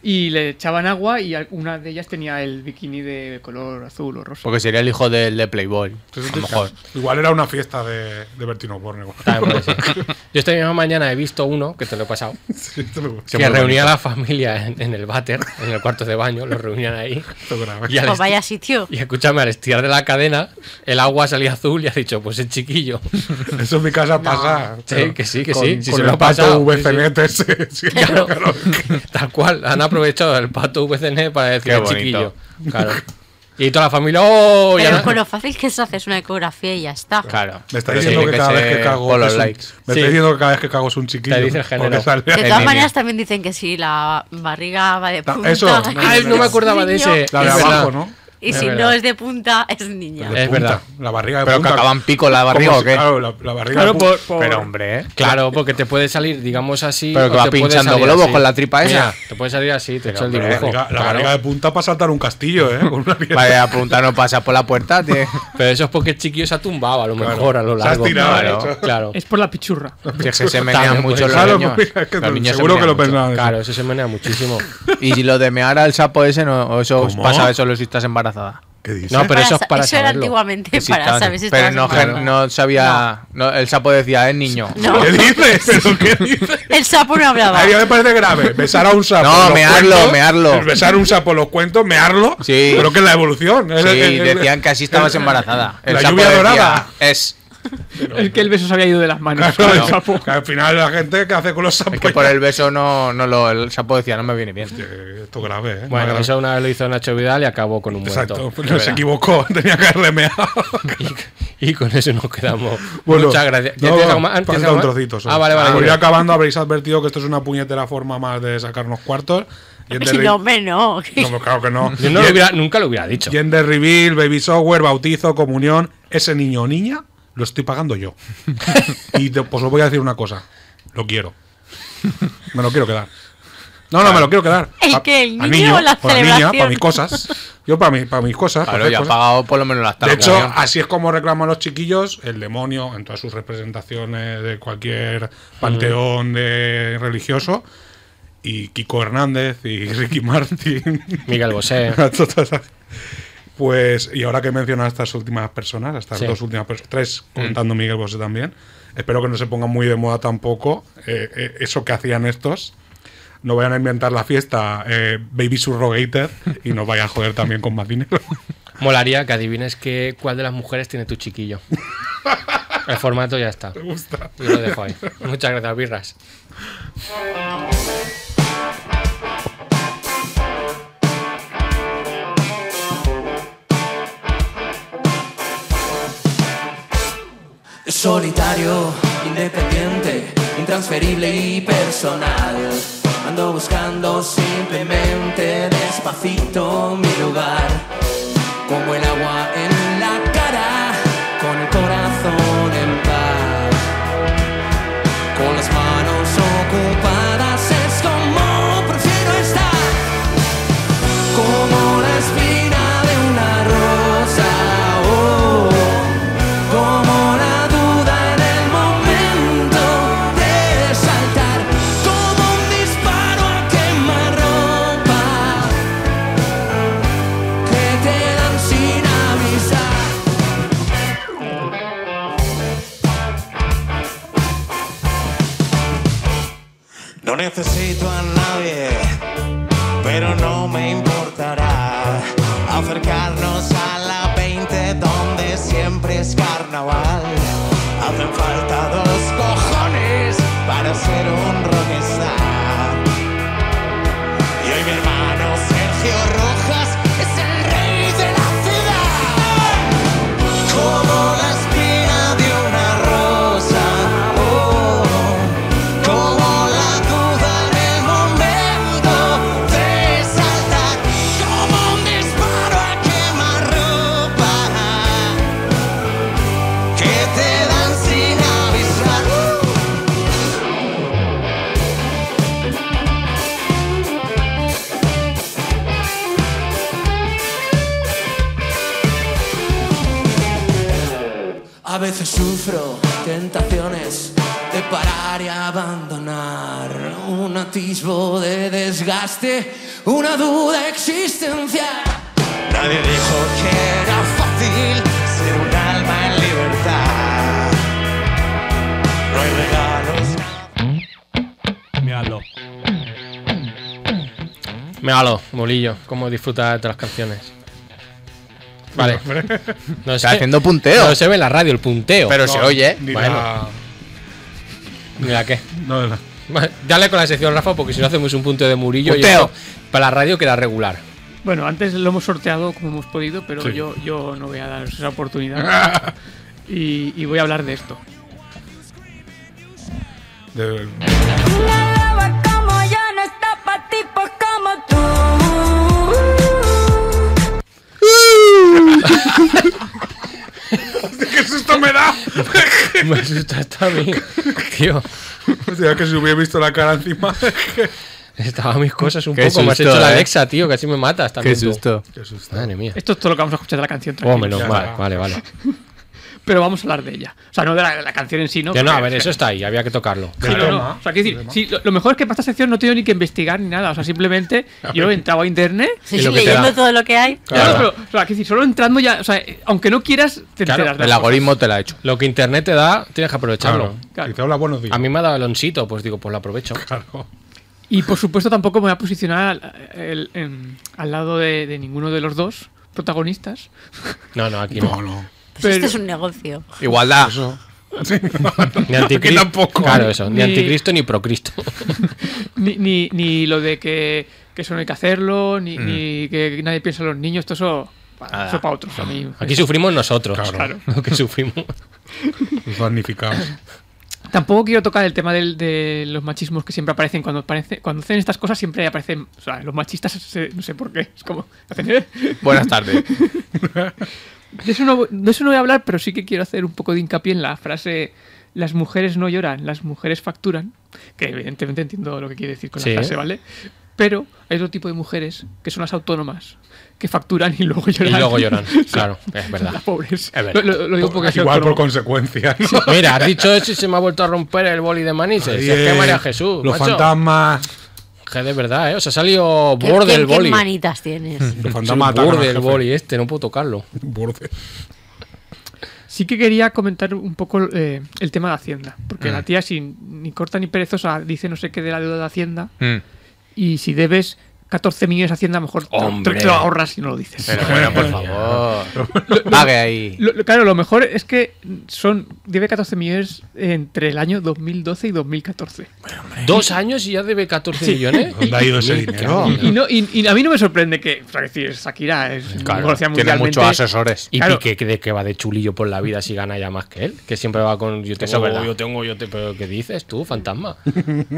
y le echaban agua y al- una de ellas tenía el bikini de color azul o rosa.
Porque sería el hijo del de Playboy.
Sí, sí,
A
sí.
lo mejor.
Igual era una fiesta de, de Bertino Borne.
Ah.
También puede ser. Ah, Yo esta misma mañana he visto uno, que te lo he pasado,
(laughs) Sí, esto me gusta.
que reunía a la familia en, en el váter, en el cuarto de baño, los reunían ahí.
Esto grave.
Y, al
Pues vaya
esti-
sitio.
y escúchame, al estirar de la cadena, el agua salía azul y ha dicho, pues el chiquillo.
Eso en mi casa pasa. pero
que sí, que
con-
sí, si
Con
se
el
lo ha
pato
pasado,
VCNet ese.
(laughs)
sí,
Claro.
claro.
E Tal cual, han aprovechado el pato VCN E para decir
Qué
el
bonito.
chiquillo. Claro. Y toda la familia, ¡oh! Y ahora-
Pero con lo fácil que es hacer una ecografía y ya está.
Claro.
Me está
Pero
diciendo
tiene
que
que
cada vez
ser
que cago.
por los
es un-
likes.
Me
Sí.
está diciendo que cada vez que cago es un chiquillo.
Te dice el género.
porque sale-
De
En
todas
línea.
maneras también dicen que si la barriga va de
Ta-
punta. (laughs)
eso, no,
Ay, no me acordaba de ese.
La de
Es
abajo,
verdad.
¿no?
Y
Es
si
verdad.
no es de punta, es niña.
De
Es
punta,
verdad.
La barriga de
Pero que
punta.
acaban pico la barriga
Como
o
si-
qué.
Claro, la, la barriga
Claro,
de punta.
por- por-
Pero hombre, ¿eh?
Claro, porque te puede salir, digamos así.
Pero que
o
va
te puede
pinchando
salir
globos
así.
con la tripa esa.
te puede salir así, te echo el
La
dibujo.
barriga, la
claro.
barriga de punta para saltar un castillo, ¿eh? Con una piedra.
Vaya, apuntar no pasa por la puerta, tío.
Pero eso es porque el chiquillo se ha tumbado a lo
Claro.
mejor a lo
Se ha
largo.
estirado,
claro,
de hecho.
claro.
Es por la pichurra.
Si es que se
También
menean mucho
puede
los
ser.
Claro,
niños.
mira, es que
Los niños se
seguro que
menean
lo
mucho.
pensaban. eso.
Claro, eso se menea
(laughs)
muchísimo.
Y si lo de mear al sapo ese, no, o eso
¿Cómo?
pasa eso lo si estás embarazada.
¿Qué dices?
No, pero eso es
sa-
para
eso era
saberlo.
antiguamente
Sí,
para
está-
saber si
pero
estabas
no,
embarazada.
gen- no sabía. no, el sapo decía, es niño.
No.
(laughs)
¿Qué dices? ¿Pero qué dices?
El sapo no hablaba.
A mí me parece grave. Besar a un sapo.
No,
los
mearlo,
cuentos,
mearlo.
el Besar a un sapo los cuentos, mearlo.
Sí.
Pero que es la evolución. Es-
Sí,
es- es-
decían que así estabas embarazada. El
la
sapo
lluvia
decía,
dorada.
(laughs)
Es.
Es que el beso se había ido de las manos.
Claro,
el
el
sapo.
que al final la gente que hace con los sapos.
Es que por el beso no, no lo. El sapo decía, no me viene bien.
Eh, Esto es grave, ¿eh?
Bueno,
Más grave.
eso una vez lo hizo Nacho Vidal y acabó con un
Exacto,
muerto.
pues no se equivocó, (laughs) tenía que haberle meado.
(laughs) Y con eso nos quedamos.
Bueno,
Muchas gracias. ¿Ya
no,
tienes
va,
algo más? ¿Tienes
falta
algo
un
más?
trocito solo.
Ah, vale, vale.
Por
muy
ir
bien.
acabando habréis advertido que esto es una puñetera forma más de sacarnos cuartos.
(laughs)
Gender
Si
re-
no, hombre, no.
No, pues claro que no.
Yo no lo hubiera- nunca lo hubiera dicho.
Gender reveal, baby shower, bautizo, comunión. Ese niño o niña lo estoy pagando
(laughs)
yo. y te- pues os voy a decir una cosa. Lo quiero. Me lo quiero quedar. No, no, me lo quiero quedar.
¿El
Pa-
qué, el
al
niño
o
o la
la niña, para
celebración?
mis cosas. Yo para, mi- para mis cosas. para
Claro,
hacer
ya ha
cosas.
pagado por lo menos las
De
tablas.
hecho, así es como reclaman los chiquillos el demonio en todas sus representaciones de cualquier
Mm.
panteón de religioso. Y Kiko Hernández y Ricky Martin.
Miguel
(laughs)
Bosé.
pues, y ahora que mencionas a estas últimas personas, a estas
Sí. Mm.
dos últimas personas, tres, contando Miguel Bosé también, espero que no se ponga muy de moda tampoco eh, eh, eso que hacían estos. No vayan a inventar la fiesta eh, Baby Surrogator y nos vayan a joder también con más
(laughs)
dinero.
Molaría que adivines que, cuál de las mujeres tiene tu chiquillo. El formato ya está.
(laughs) Me gusta.
Yo lo dejo ahí. Muchas gracias, Birras.
Solitario, independiente, intransferible y personal. Ando buscando simplemente despacito mi lugar. Como el agua en la cara, con el corazón en paz. Con las manos ocupadas es como prefiero estar. Como la espina de una rosa oh. carnaval. Hacen falta dos cojones para ser un rockstar. Y hoy mi hermano Sergio Rojas es el rey de la ciudad. Como la espina de una rosa, oh, oh. como la duda en el momento de saltar, como un disparo a quemarropa que te dan sin avisar. A veces sufro tentaciones de parar y abandonar un atisbo de desgaste, una duda existencial. Nadie dijo que era fácil ser un alma en libertad. No hay regalos.
Míralo.
Míralo, bolillo, cómo disfruta de las canciones. Vale. No
Está haciendo punteo.
No se ve en la radio el punteo.
Pero se oye, ¿eh?
Ni
Bueno.
la-
Mira qué.
no, la-
Vale, Dale con la sección, Rafa, porque si no hacemos un punteo de Murillo y
Punteo.
esto para la radio queda regular.
Bueno, antes lo hemos sorteado como hemos podido, pero
Sí.
yo, yo no voy a daros esa oportunidad. y, y voy a hablar de esto.
Eh.
de-
Una loba como yo no está pa' tipos como tú.
(laughs) ¿Qué susto me da?
(laughs) Me asusta hasta a mí. Tío,
Hostia, que si hubiera visto la cara encima. (laughs)
estaba mis cosas un
Qué
poco. me has
susto,
hecho la
eh.
Alexa, tío, casi me matas también.
Qué
tú.
susto.
Qué susto.
Madre mía.
Esto es todo lo que vamos a escuchar de la canción.
Oh,
tranquilos.
menos
Ya
mal.
está.
Vale, vale.
Pero vamos a hablar de ella. O sea, no de la, de la canción en sí, ¿no?
Ya no, a
Porque-
ver, eso está ahí, había que tocarlo.
Sí, no, no. O sea, quiero decir, sí, lo, lo mejor es que para esta sección no he tenido ni que investigar ni nada. O sea, simplemente yo he entrado a internet.
Y
Sí,
lo que te
leyendo
da.
todo lo que hay.
Claro.
Claro, pero, o sea, quiero decir, solo entrando ya, o sea, eh, aunque no quieras, te
Claro,
enteras. de
El
las cosas.
algoritmo te la ha hecho.
Lo que internet te da, tienes que aprovecharlo.
Claro.
Claro.
Si te habla buenos días.
A mí me ha dado Aloncito, pues digo, pues lo aprovecho.
Claro.
Y por supuesto tampoco me voy a posicionar al, el- em, al lado de, de ninguno de los dos protagonistas.
No, no, aquí
No,
no.
no.
pero-
Pues Esto es un negocio.
Igualdad.
Eso. Sí, no, no.
(laughs) Ni anticristo.
Aquí tampoco.
Claro,
(laughs)
eso. Ni,
Ni-
anticristo ni procristo.
Ni, ni, ni lo de que, que eso no hay que hacerlo,
Mm.
ni, ni que nadie piensa en los niños, todo eso, eso para otros. A mí,
Ah. Aquí sufrimos nosotros.
Claro.
Lo que sufrimos.
Magnificados.
Tampoco quiero tocar el tema del- de los machismos que siempre aparecen. Cuando, aparece, cuando hacen estas cosas siempre aparecen... O sea, los machistas, se- no sé por qué. Es como... hacen, "Eh".
Buenas tardes.
De eso, no, de eso no voy a hablar, pero sí que quiero hacer un poco de hincapié en la frase las mujeres no lloran, las mujeres facturan, que evidentemente entiendo lo que quiere decir con
Sí.
la frase, ¿vale? Pero hay otro tipo de mujeres que son las autónomas, que facturan y luego
Y
lloran.
luego
(laughs)
lloran. Claro, es verdad.
Las
Es
pobres.
verdad.
Lo, lo- lo digo porque soy
Igual por
autónomo.
consecuencia.
(laughs)
¿no?
Mira, has dicho eso y se me ha vuelto a romper el boli de manises. Si es que
Bien.
María Jesús.
Los
macho.
fantasmas.
Que de verdad, ¿eh? O sea, salió
¿Qué,
borde
qué-
el
qué
boli.
(laughs)
manitas tienes?
Los
Soy
fantasmas atacan al
borde el
jefe.
boli este, no puedo tocarlo.
Borde.
Sí que quería comentar un poco eh, el tema de Hacienda, porque
Ah.
la tía, sin, ni corta ni perezosa, dice no sé qué de la deuda de Hacienda,
Mm.
y si debes 14 millones a Hacienda, mejor te- te,
Hombre.
te lo ahorras y no lo dices.
Pero bueno, (laughs) por favor. Pague ahí.
Lo- lo- claro, lo mejor es que son debe 14 millones entre el año 2012 y 2014.
Dos años y ya debe 14 millones.
¿Dónde ha ido ese dinero?
Y, no, y, y a mí no me sorprende que, o sea, es decir, Shakira es
Claro,
conocida
Tiene
mundialmente.
muchos asesores.
Y
Claro.
Piqué, que de que va de chulillo por la vida si gana ya más que él. Que siempre va con yo
Eso es
tengo,
verdad.
yo tengo, yo te. Pero ¿qué dices tú, fantasma?
(laughs)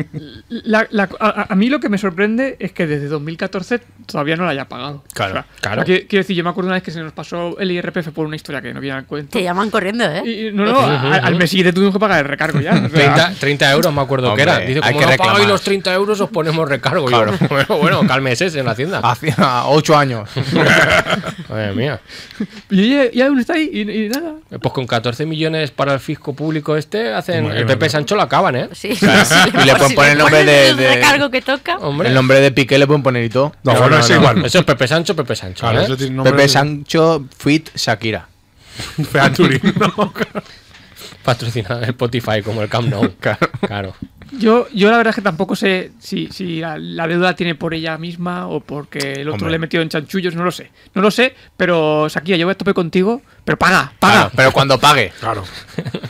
La- la- a, a mí lo que me sorprende es que desde 2014 todavía no la haya pagado.
Claro, claro.
que- quiero decir, yo me acuerdo una vez que se nos pasó el IRPF por una historia que no viene al cuento.
Te llaman corriendo, ¿eh?
Y, no, no, a- al mes siguiente tuvimos que pagar el recargo ya. o sea,
30, 30 euros me acuerdo
Hombre,
que era. Dice,
hay
como
que
no pagáis
reclamar.
los 30 euros os ponemos recargo. Y yo,
Claro.
(laughs)
Ah.
bueno, bueno, cálmese en la hacienda.
Hacía ocho años.
Madre mía.
Y ella, y aún está ahí y, y nada.
Pues con 14 millones para el fisco público este, hacen el
Imagínate.
PP Sancho lo acaban, ¿eh?
Sí. (laughs)
Y le pueden poner el nombre
pones
de-
El
de-
recargo que toca.
(laughs) Hombre.
El nombre de Piqué le pueden poner y todo.
No, bueno, es igual.
Eso es Pepe Sancho, Pepe Sancho.
Claro,
¿eh?
eso tiene nombre
Pepe
de- (laughs)
Sancho, Fit, Shakira.
Featuring, ¿no?
(laughs) Patrocinado en Spotify como el Camp Nou.
(laughs) Claro.
Claro.
Yo, yo la verdad es que tampoco sé si, si la, la deuda la tiene por ella misma o porque el otro
Hombre.
le metió en chanchullos, no lo sé. No lo sé, pero Shakira, yo voy a tope contigo, pero paga, paga.
Claro, pero cuando pague.
Claro.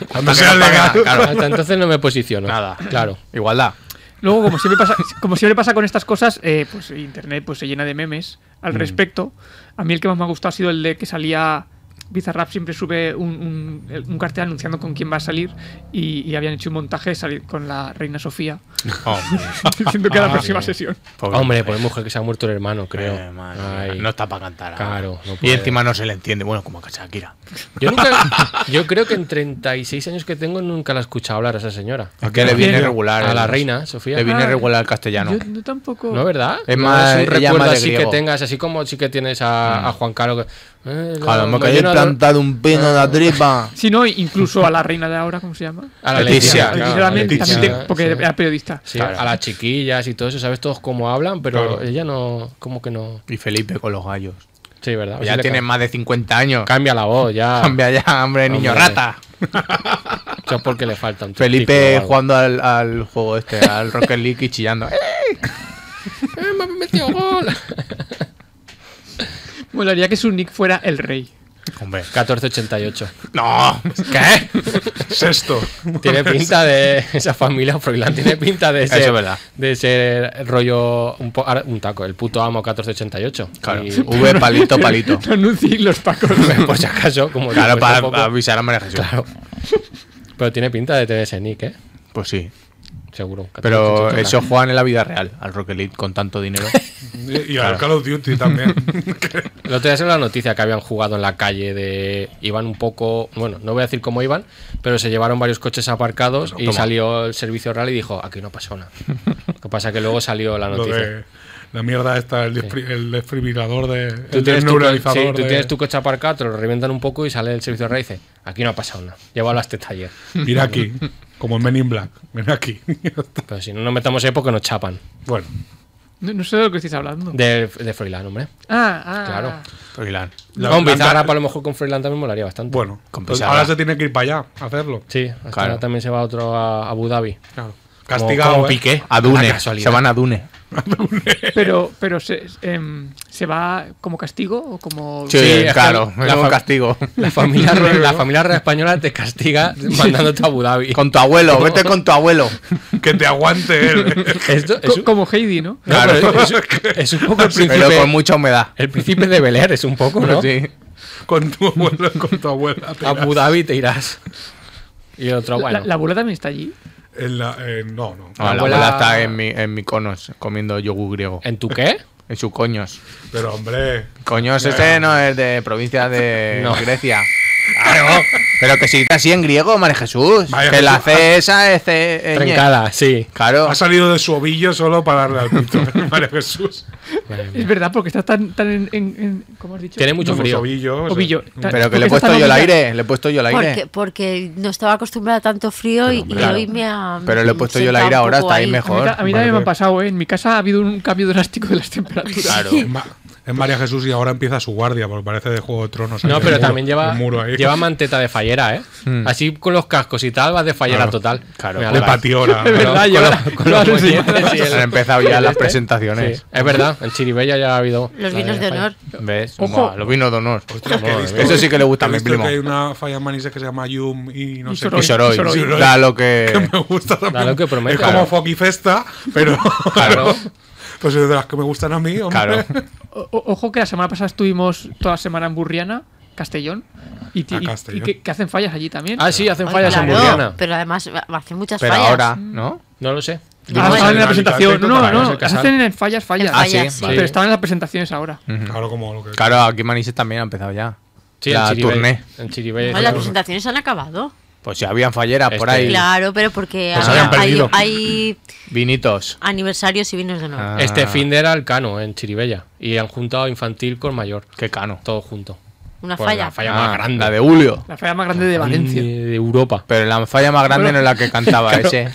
Cuando sea legal. Claro,
Hasta entonces no me posiciono.
Nada.
Claro.
Igualdad.
Luego, como siempre
(laughs)
pasa, como siempre pasa con estas cosas, eh, pues internet pues, se llena de memes
Mm.
al respecto. A mí el que más me ha gustado ha sido el de que salía. Bizarrap siempre sube un, un- el- un cartel anunciando con quién va a salir y, y habían hecho un montaje salir con la reina Sofía (laughs)
Hombre,
diciendo que a la
Ah,
próxima
sí.
sesión.
pobre
Hombre, por mujer que se ha muerto el hermano, creo.
Eh, madre mía,
Ay.
no está para cantar. ahora.
Claro, no
y
puede.
encima no se le entiende. Bueno, como a Shakira. (laughs)
Yo nunca. Yo creo que en 36 años que tengo nunca la he escuchado hablar a esa señora.
Es que le viene regular.
A la
el-
reina, Sofía.
Le viene
Ah,
regular el castellano.
Yo, yo tampoco.
¿No, verdad?
Uh. Es
No
más-
es
ella
un
es
recuerdo
más de
así que
griego. Mm.
tengas, así como sí que tienes a, a Juan Carlos. que, eh, la-
Claro, me
la
cayó
llena de-
plantado un pino en la tripa.
Si no, incluso a la reina de ahora, ¿cómo se llama?
A la
Leticia,
Leticia,
Leticia
Ah, claro,
también-
Leticia,
también te- porque
sí.
era periodista.
Sí,
Claro.
a las chiquillas y todo eso, sabes todos cómo hablan, pero
Claro.
ella no, como que no.
Y Felipe con los gallos.
Sí, verdad.
Ya
Sí le
tiene
ca-
más de 50 años.
Cambia la voz, ya.
Cambia ya, hombre, niño
Hombre.
rata.
Eso es porque le falta un
Felipe
testículo o algo.
jugando al, al juego este, al Rocket League y chillando. ¡Eh!
¡Eh, me ha metido gol!
Molaría que su nick fuera el rey.
(laughs) Hombre.
1488.
No. ¿Qué?
Sexto.
Tiene pinta de. (laughs) Esa familia Froilán tiene pinta de
Eso
ser.
es verdad.
De ser rollo. Un, po- ahora, un taco, el puto amo 1488.
Claro.
Y-
(laughs) V palito,
(laughs)
palito. Pues
No anunciéis los pacos.
(laughs) por si acaso, como.
Claro,
digo,
para,
tampoco-
para avisar a María Jesús.
Claro. Pero tiene pinta de tener ese nick, ¿eh?
Pues sí.
Seguro.
Pero
1488.
eso juegan en la vida real, al Rocket League con tanto (laughs) dinero.
Y, y al Call of
(laughs)
Duty también.
El otro día salió la noticia que habían jugado en la calle de. Iban un poco. Bueno, no voy a decir cómo iban, pero se llevaron varios coches aparcados y
toma.
salió el servicio real y dijo: aquí no
(laughs)
pasó nada. Lo que pasa es que luego salió la
Lo
noticia.
de la mierda esta, el, despri- el desfibrilador de.
Tú, tienes tu, co-
el
sí,
desneuralizador
tú
de-
tienes tu coche aparcado, te lo revientan un poco y sale el servicio real y dice: aquí no ha pasado nada. Llévalo a este taller.
Mira aquí. Como en Men in Black. Ven aquí. (laughs)
Pero si no nos metamos ahí porque nos chapan.
bueno.
No, no sé de lo que estáis hablando.
De, de Froilán, hombre.
Ah, ah.
Claro.
Froilán.
La-
Con
la-
Bizarra, para lo mejor con Froilán también molaría bastante.
Bueno.
Con
pues
pisada.
ahora se tiene que ir para allá a hacerlo.
Sí, hasta
Claro.
ahora también se va otro a Abu Dhabi.
Claro. Castigado.
como
¿eh?
Piqué.
A Dune.
La
Se
casualidad.
van a Dune.
Pero, pero se, em, ¿se va como castigo o como.
Sí,
es que
claro.
la
es un
fa-
castigo. (laughs)
La familia, re- la familia real española te castiga mandándote a Abu Dhabi.
Con tu abuelo. Vete con tu abuelo.
(laughs) Que te
(laughs)
aguante él. ¿eh?
Esto
Co-
es, un-
como Heidi, ¿no?
no,
Claro.
pero es- es- es un poco el
Pero
príncipe,
con mucha humedad.
el príncipe de Bel Air, es un poco, ¿no?
Sí.
con tu abuelo, con tu abuela. te
A Abu Dhabi te irás. Y el otro,
La-
bueno.
La, abuela también está allí.
En la- eh, no, no.
No, la
abuela- Eh.
abuela está en mi, en mi conos comiendo yogur griego.
¿En tu qué?
En sus coños.
Pero hombre,
Coños, ese no es de provincia de
No.
Grecia. Claro. Pero que si está así en griego, María Jesús.
María
que la
Jesús.
C esa es C.
Trencada, sí.
Claro.
ha salido de su ovillo solo para darle al pito. ¿eh? (laughs) María Jesús.
Es verdad, porque está tan, tan en, en- en- ¿Cómo has dicho?
Tiene mucho
Como
frío.
ovillo, o sea,
Ovillo. Ta-
Pero que
porque
le he
está
puesto
tan
yo el
humillada.
aire. Le he puesto yo el
Porque,
aire.
porque no estaba acostumbrada a tanto frío y, y
claro.
hoy me ha.
Pero le he puesto yo el
sentado
aire
un
ahora,
poco
está ahí mejor.
A mí, ta- a mí
Vale.
también me ha pasado, ¿eh? En mi casa ha habido un cambio drástico de las temperaturas.
(laughs)
(laughs)
Claro.
Es, Ma- es María Jesús y ahora empieza su guardia, porque parece de Juego de Tronos. ahí
No,
el
pero
muro-
también lleva,
el muro ahí. Hmm.
lleva manteta de fallera, ¿eh? Así con los cascos y tal, vas de fallera
Claro.
total.
Claro,
Mira, (laughs)
de
la-
patiora.
Es verdad,
con
yo
los-
ahora-
con
yo
los
ahora sí.
(laughs) muñeques y el-
Se han empezado ya
el
las
este.
presentaciones.
Sí, es verdad, en Chiribella ya ha habido.
Los vinos de honor.
¿Ves?
Ojo.
Buah, los vinos de honor.
Ostras, que he visto-
Eso sí que le gusta a
he
mi
visto
primo.
que hay una falla en Manises que se llama Yum y no
Y
sé
Soroy.
Y
qué.
Soroy.
Soroy.
Da lo que.
Que me gusta también.
Claro que promete.
Es como
Claro.
Foki Festa, pero.
(laughs) Claro.
Pues es de las que me gustan a mí, hombre.
Claro.
O- o- ojo que la semana pasada estuvimos toda semana en Burriana, Castellón, y, ti-
Ah,
y- y
Castellón.
que, que hacen fallas allí también.
Ah, sí, hacen
Ay,
fallas en
claro,
Burriana.
Pero además va- hacen muchas
Pero
fallas.
ahora, ¿no?
No lo sé.
Ah,
bueno.
estaban en
En
la presentación.
Alicante,
No,
claro,
no,
es el
las
casal.
hacen en fallas, fallas.
Ah,
En fallas,
ah, sí,
sí.
vale.
Pero estaban en las presentaciones ahora.
Mm.
Claro, como lo que.
Claro, aquí Manises también ha empezado ya.
Sí,
la
en Chiribella.
turné.
En Chiribella.
Bueno, las presentaciones han acabado.
Pues si habían falleras por
Este-
ahí.
Claro, pero porque
Pues
ahora
habían
hay,
perdido.
hay
Vinitos.
aniversarios y vinos de honor.
Ah.
Este fin de era el Cano en Chiribella. Y han juntado infantil con mayor.
Qué cano.
Todo junto.
Una
Pues
falla.
La falla más
Ah,
grande.
La de Julio.
La falla más grande de Valencia.
De, de Europa.
Pero la falla más grande no es la que cantaba ese.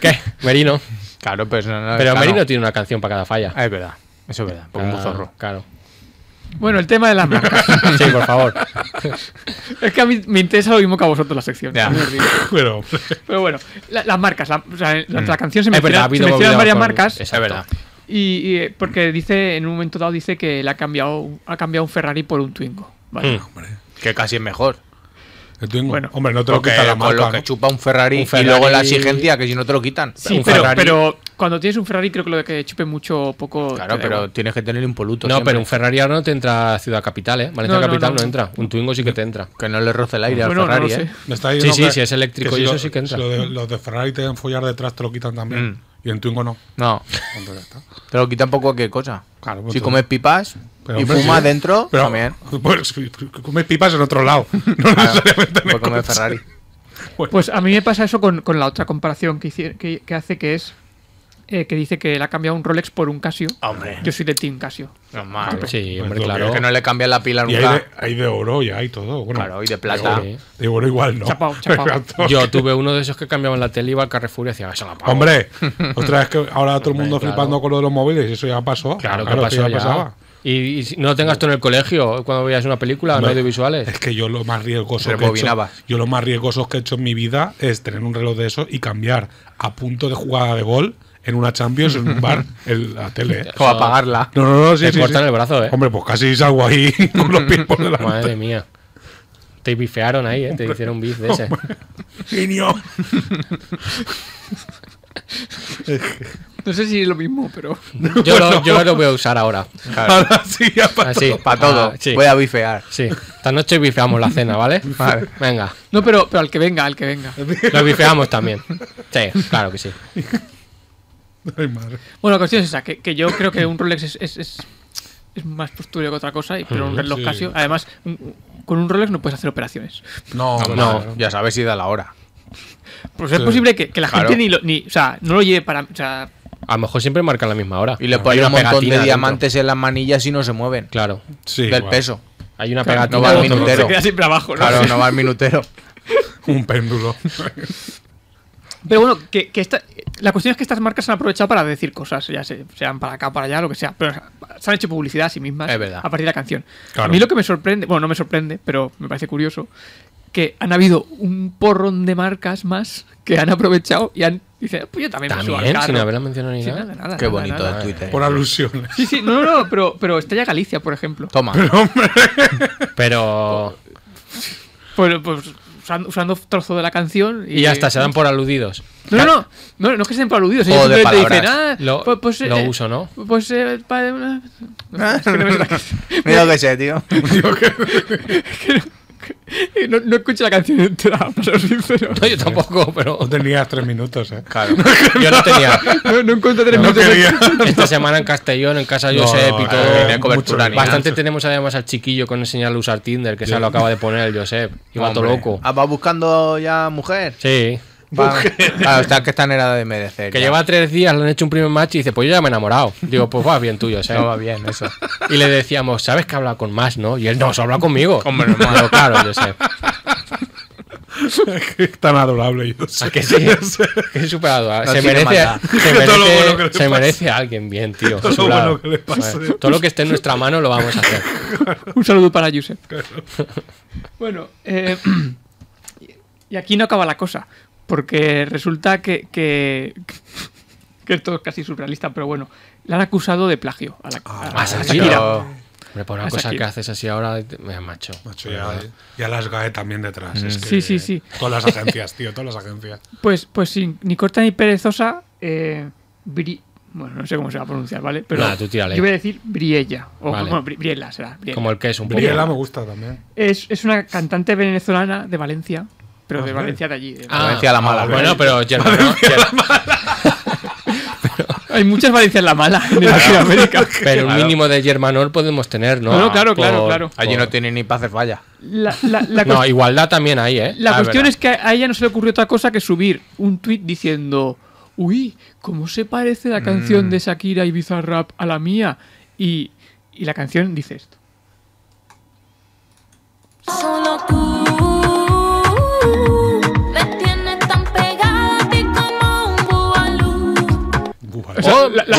¿Qué? (laughs) Merino.
Claro, pero no, no,
Pero
claro.
Merino tiene una canción para cada falla.
Ah, es
pues
verdad. Eso es verdad. Porque es un zorro.
Claro. (laughs)
Bueno, el tema de las marcas.
Sí, por favor.
Es que a mí me interesa lo mismo que a vosotros la sección.
Ya.
también os digo.
(laughs) Pero, hombre,
(laughs) Pero bueno, la- las marcas. La, o sea, la- la canción se
Mm. Es verdad, ha
menciona, se
habido
mencionan
movida
varias
con-
marcas.
Exacto.
Es verdad.
Y, y, eh, porque dice, en un momento dado, dice que le ha cambiado, ha cambiado un Ferrari por un Twingo.
Mm.
Vale.
Que casi es mejor.
el Twingo.
Bueno.
hombre, no te lo
Porque
quita la
con
marca.
lo que
¿no?
chupa un Ferrari,
Un Ferrari-
y luego la exigencia, que si no te lo quitan.
Sí,
Un
pero,
Ferrari-
pero cuando tienes un Ferrari, creo que lo de que chupe mucho o poco.
Claro,
te da
pero
igual.
tienes que tener impoluto.
No,
siempre.
pero un Ferrari ahora no te entra a Ciudad Capital, ¿eh? Valencia
No, no,
Capital no,
no.
entra. Un Twingo sí que te entra.
Que no le roce el aire
Bueno,
al
no lo
Ferrari,
sé.
¿eh?
Me está diciendo
Sí, sí,
que-
sí, es eléctrico
que si
y eso
lo-
sí que entra.
si lo de- los de Ferrari te dan follar detrás, te lo quitan también.
Mm.
Y en Twingo no.
No,
Entonces ya está.
te lo quitan poco a qué cosa.
Claro, pues
si
tú-
comes pipas
Pero,
y
hombre,
fumas
sí.
dentro,
Pero,
Ah,
(laughs)
también.
Pues, si comes pipas en otro lado. (laughs) No
pues
necesariamente en el
Puedes comer
coche.
Ferrari.
Pues a mí me pasa eso con, con la otra comparación que, hici- que, que hace, que es eh, que dice que le ha cambiado un Rolex por un Casio.
Ah.
Hombre,
Yo soy de Team Casio.
normal.
Sí,
Pues
hombre,
lo
claro.
Que no le cambian la pila
Y hay de,
nunca.
hay de oro y hay todo. Bueno,
Claro, y de plata.
Sí.
De oro igual
(laughs)
no.
Chapao,
(laughs)
chapao.
Exacto.
Yo tuve uno de esos que cambiaban la tele, iba al Carrefour y decía, eso no pago".
Hombre, otra vez que ahora todo
Hombre,
el mundo
claro.
flipando con lo de los móviles, eso ya pasó.
Claro, que pasó
eso
ya. Y, y si no lo tengas tú en el colegio, cuando veas una película, no
Hombre,
audiovisuales.
Es que yo lo más riesgoso que he hecho,
Rebobinabas.
yo lo más riesgoso que he hecho en mi vida es tener un reloj de esos y cambiar a punto de jugada de gol en una Champions en
(laughs)
un bar en la tele.
O apagarla.
No, no, no, sí,
Te
sí,
cortan
sí.
el brazo, ¿eh?
Hombre, pues casi salgo ahí (laughs) con los pies por delante.
Madre mía. Te bifearon ahí, ¿eh? Te hicieron bif de ese.
Genio.
No sé si es lo mismo, pero.
Yo, lo, yo lo voy a usar ahora.
Claro.
Ahora sí, ya para
Así.
Para todo.
Ah, sí.
Voy a bifear.
Sí. Esta noche bifeamos la cena, ¿vale?
Vale.
Venga.
No, pero, pero al que venga, al que venga.
Lo bifeamos también. Sí, claro que sí.
Ay, madre.
Bueno, la cuestión es esa, que, que yo creo que un Rolex es, es, es, es más postura que otra cosa, y- pero un reloj
sí.
Casio, además, un- con un Rolex no puedes hacer operaciones.
No,
No, ya sabes si da la hora.
Pues es posible que, que la
Claro.
gente ni, lo, ni, o sea, no lo lleve para, o sea,
A lo mejor siempre marcan la misma hora.
Y le
Hay
ponen
una
un montón
pegatina
de
dentro.
diamantes en las manillas y no se mueven.
Claro.
Sí,
del
igual.
peso.
Hay una
Claro,
pegatina.
no va al
dentro.
minutero.
se queda siempre abajo, ¿no?
Claro, no va al
(laughs)
minutero.
Un péndulo. (laughs)
Pero bueno, que, que esta, la cuestión es que estas marcas se han aprovechado para decir cosas, ya se- sean para acá, para allá, lo que sea. Pero se han hecho publicidad a sí mismas
Es verdad.
a partir de la canción.
Claro.
A mí lo que me sorprende, bueno, no me sorprende, pero me parece curioso, que han habido un porrón de marcas más que han aprovechado y han. Dice, pues yo también, me subo al
También,
carro.
sin haberla mencionado ni
Sí, nada,
nada.
nada,
Qué
nada,
bonito ¿eh?
nada.
de Twitter.
Por alusiones.
Sí, sí, no, no, no, pero, pero Estrella Galicia, por ejemplo.
Toma.
Pero.
Pues, pues, usando, usando trozo de la canción. Y,
Y ya está, se dan por aludidos.
No, no, no, no, no es que estén por aludidos. Ellos
Juego de
simplemente dicen, ah,
palabras.
Lo-
pues, pues,
lo
eh,
uso, ¿no?
Pues, eh, para. una- No, Ah, es que
(laughs)
no me sé la canción.
Mira lo que sé, tío.
Eh, (laughs) no, no escucho la canción entera, para ser sincero.
No, (laughs) yo tampoco, pero.
(laughs) No tenías tres minutos, ¿eh?
(laughs) Claro.
Yo no tenía.
No, no encuentro tres
No
minutos.
quería.
(laughs) Esta semana en Castellón, en casa de
No,
Josep y
no,
todo.
eh,
tenía cobertura
mucho
ni
Bastante tenemos además al chiquillo con enseñarle a usar Tinder, que se lo acaba de poner el Josep. Iba todo
Hombre.
loco.
Ah, va buscando ya mujer.
Sí.
Va- Claro, está Ah, que está en edad de merecer.
Que
ya.
lleva tres días, le han hecho un primer match y dice, pues yo ya me he enamorado. Digo, pues va bien tú, Josep.
No va bien, eso.
Y le decíamos, ¿sabes que habla con más, no? Y él, no, se habla conmigo.
Hombre, normal.
Digo, claro, Josep.
Tan adorable, yo sé.
¿A que sí? Que es súper adorable.
No
se,
tiene
merece,
maldad.
se,
Todo lo bueno que
merece,
le
se
pase.
merece a alguien bien, tío.
Todo lo
chulada.
bueno que le pase.
Bueno, todo lo que esté en nuestra mano lo vamos a hacer.
Un saludo para Josep. (laughs) Bueno, eh, (clears throat) y aquí no acaba la cosa, porque resulta que, que, (laughs) que esto es casi surrealista, pero bueno, la han acusado de plagio. A la, a-
Ah,
a
sí,
Shakira.
pero- Hombre, por una
A
cosa
Shakira.
que haces así ahora, te- me macho.
Macho, ya, ya las GAE también detrás. es que-
Sí, sí, sí.
Todas las agencias, tío, todas las agencias.
Pues, pues sin- ni corta ni perezosa, eh, Bri- bueno, no sé cómo se va a pronunciar, ¿vale? Pero
Nah, tú tírale.
yo voy a decir Briella, o
Vale.
bueno, Bri- Briella será. Briella.
eh, Como el que es un poco.
Briela me gusta también.
Es, es una cantante venezolana de Valencia, pero de
Ah,
Valencia de allí. de-
Ah,
Valencia la mala.
Bueno, pero Germano,
Hay muchas Valencias la mala
(laughs)
en Latinoamérica.
pero un mínimo de Germanor podemos tener, ¿no? Ah,
No, claro, claro, claro.
Allí no tiene ni para hacer falla.
La, la- la
No,
cuest-
igualdad también ahí, ¿eh?
la
Ah,
cuestión
verdad.
es que a ella no se le ocurrió otra cosa que subir un tuit diciendo, uy, ¿cómo se parece la
Mm.
canción de Shakira y Bizarrap a la mía? Y, y la canción dice esto.
Solo tú me tienes tan pegada a ti como un bubalú.
Buah,
O sea, la- la-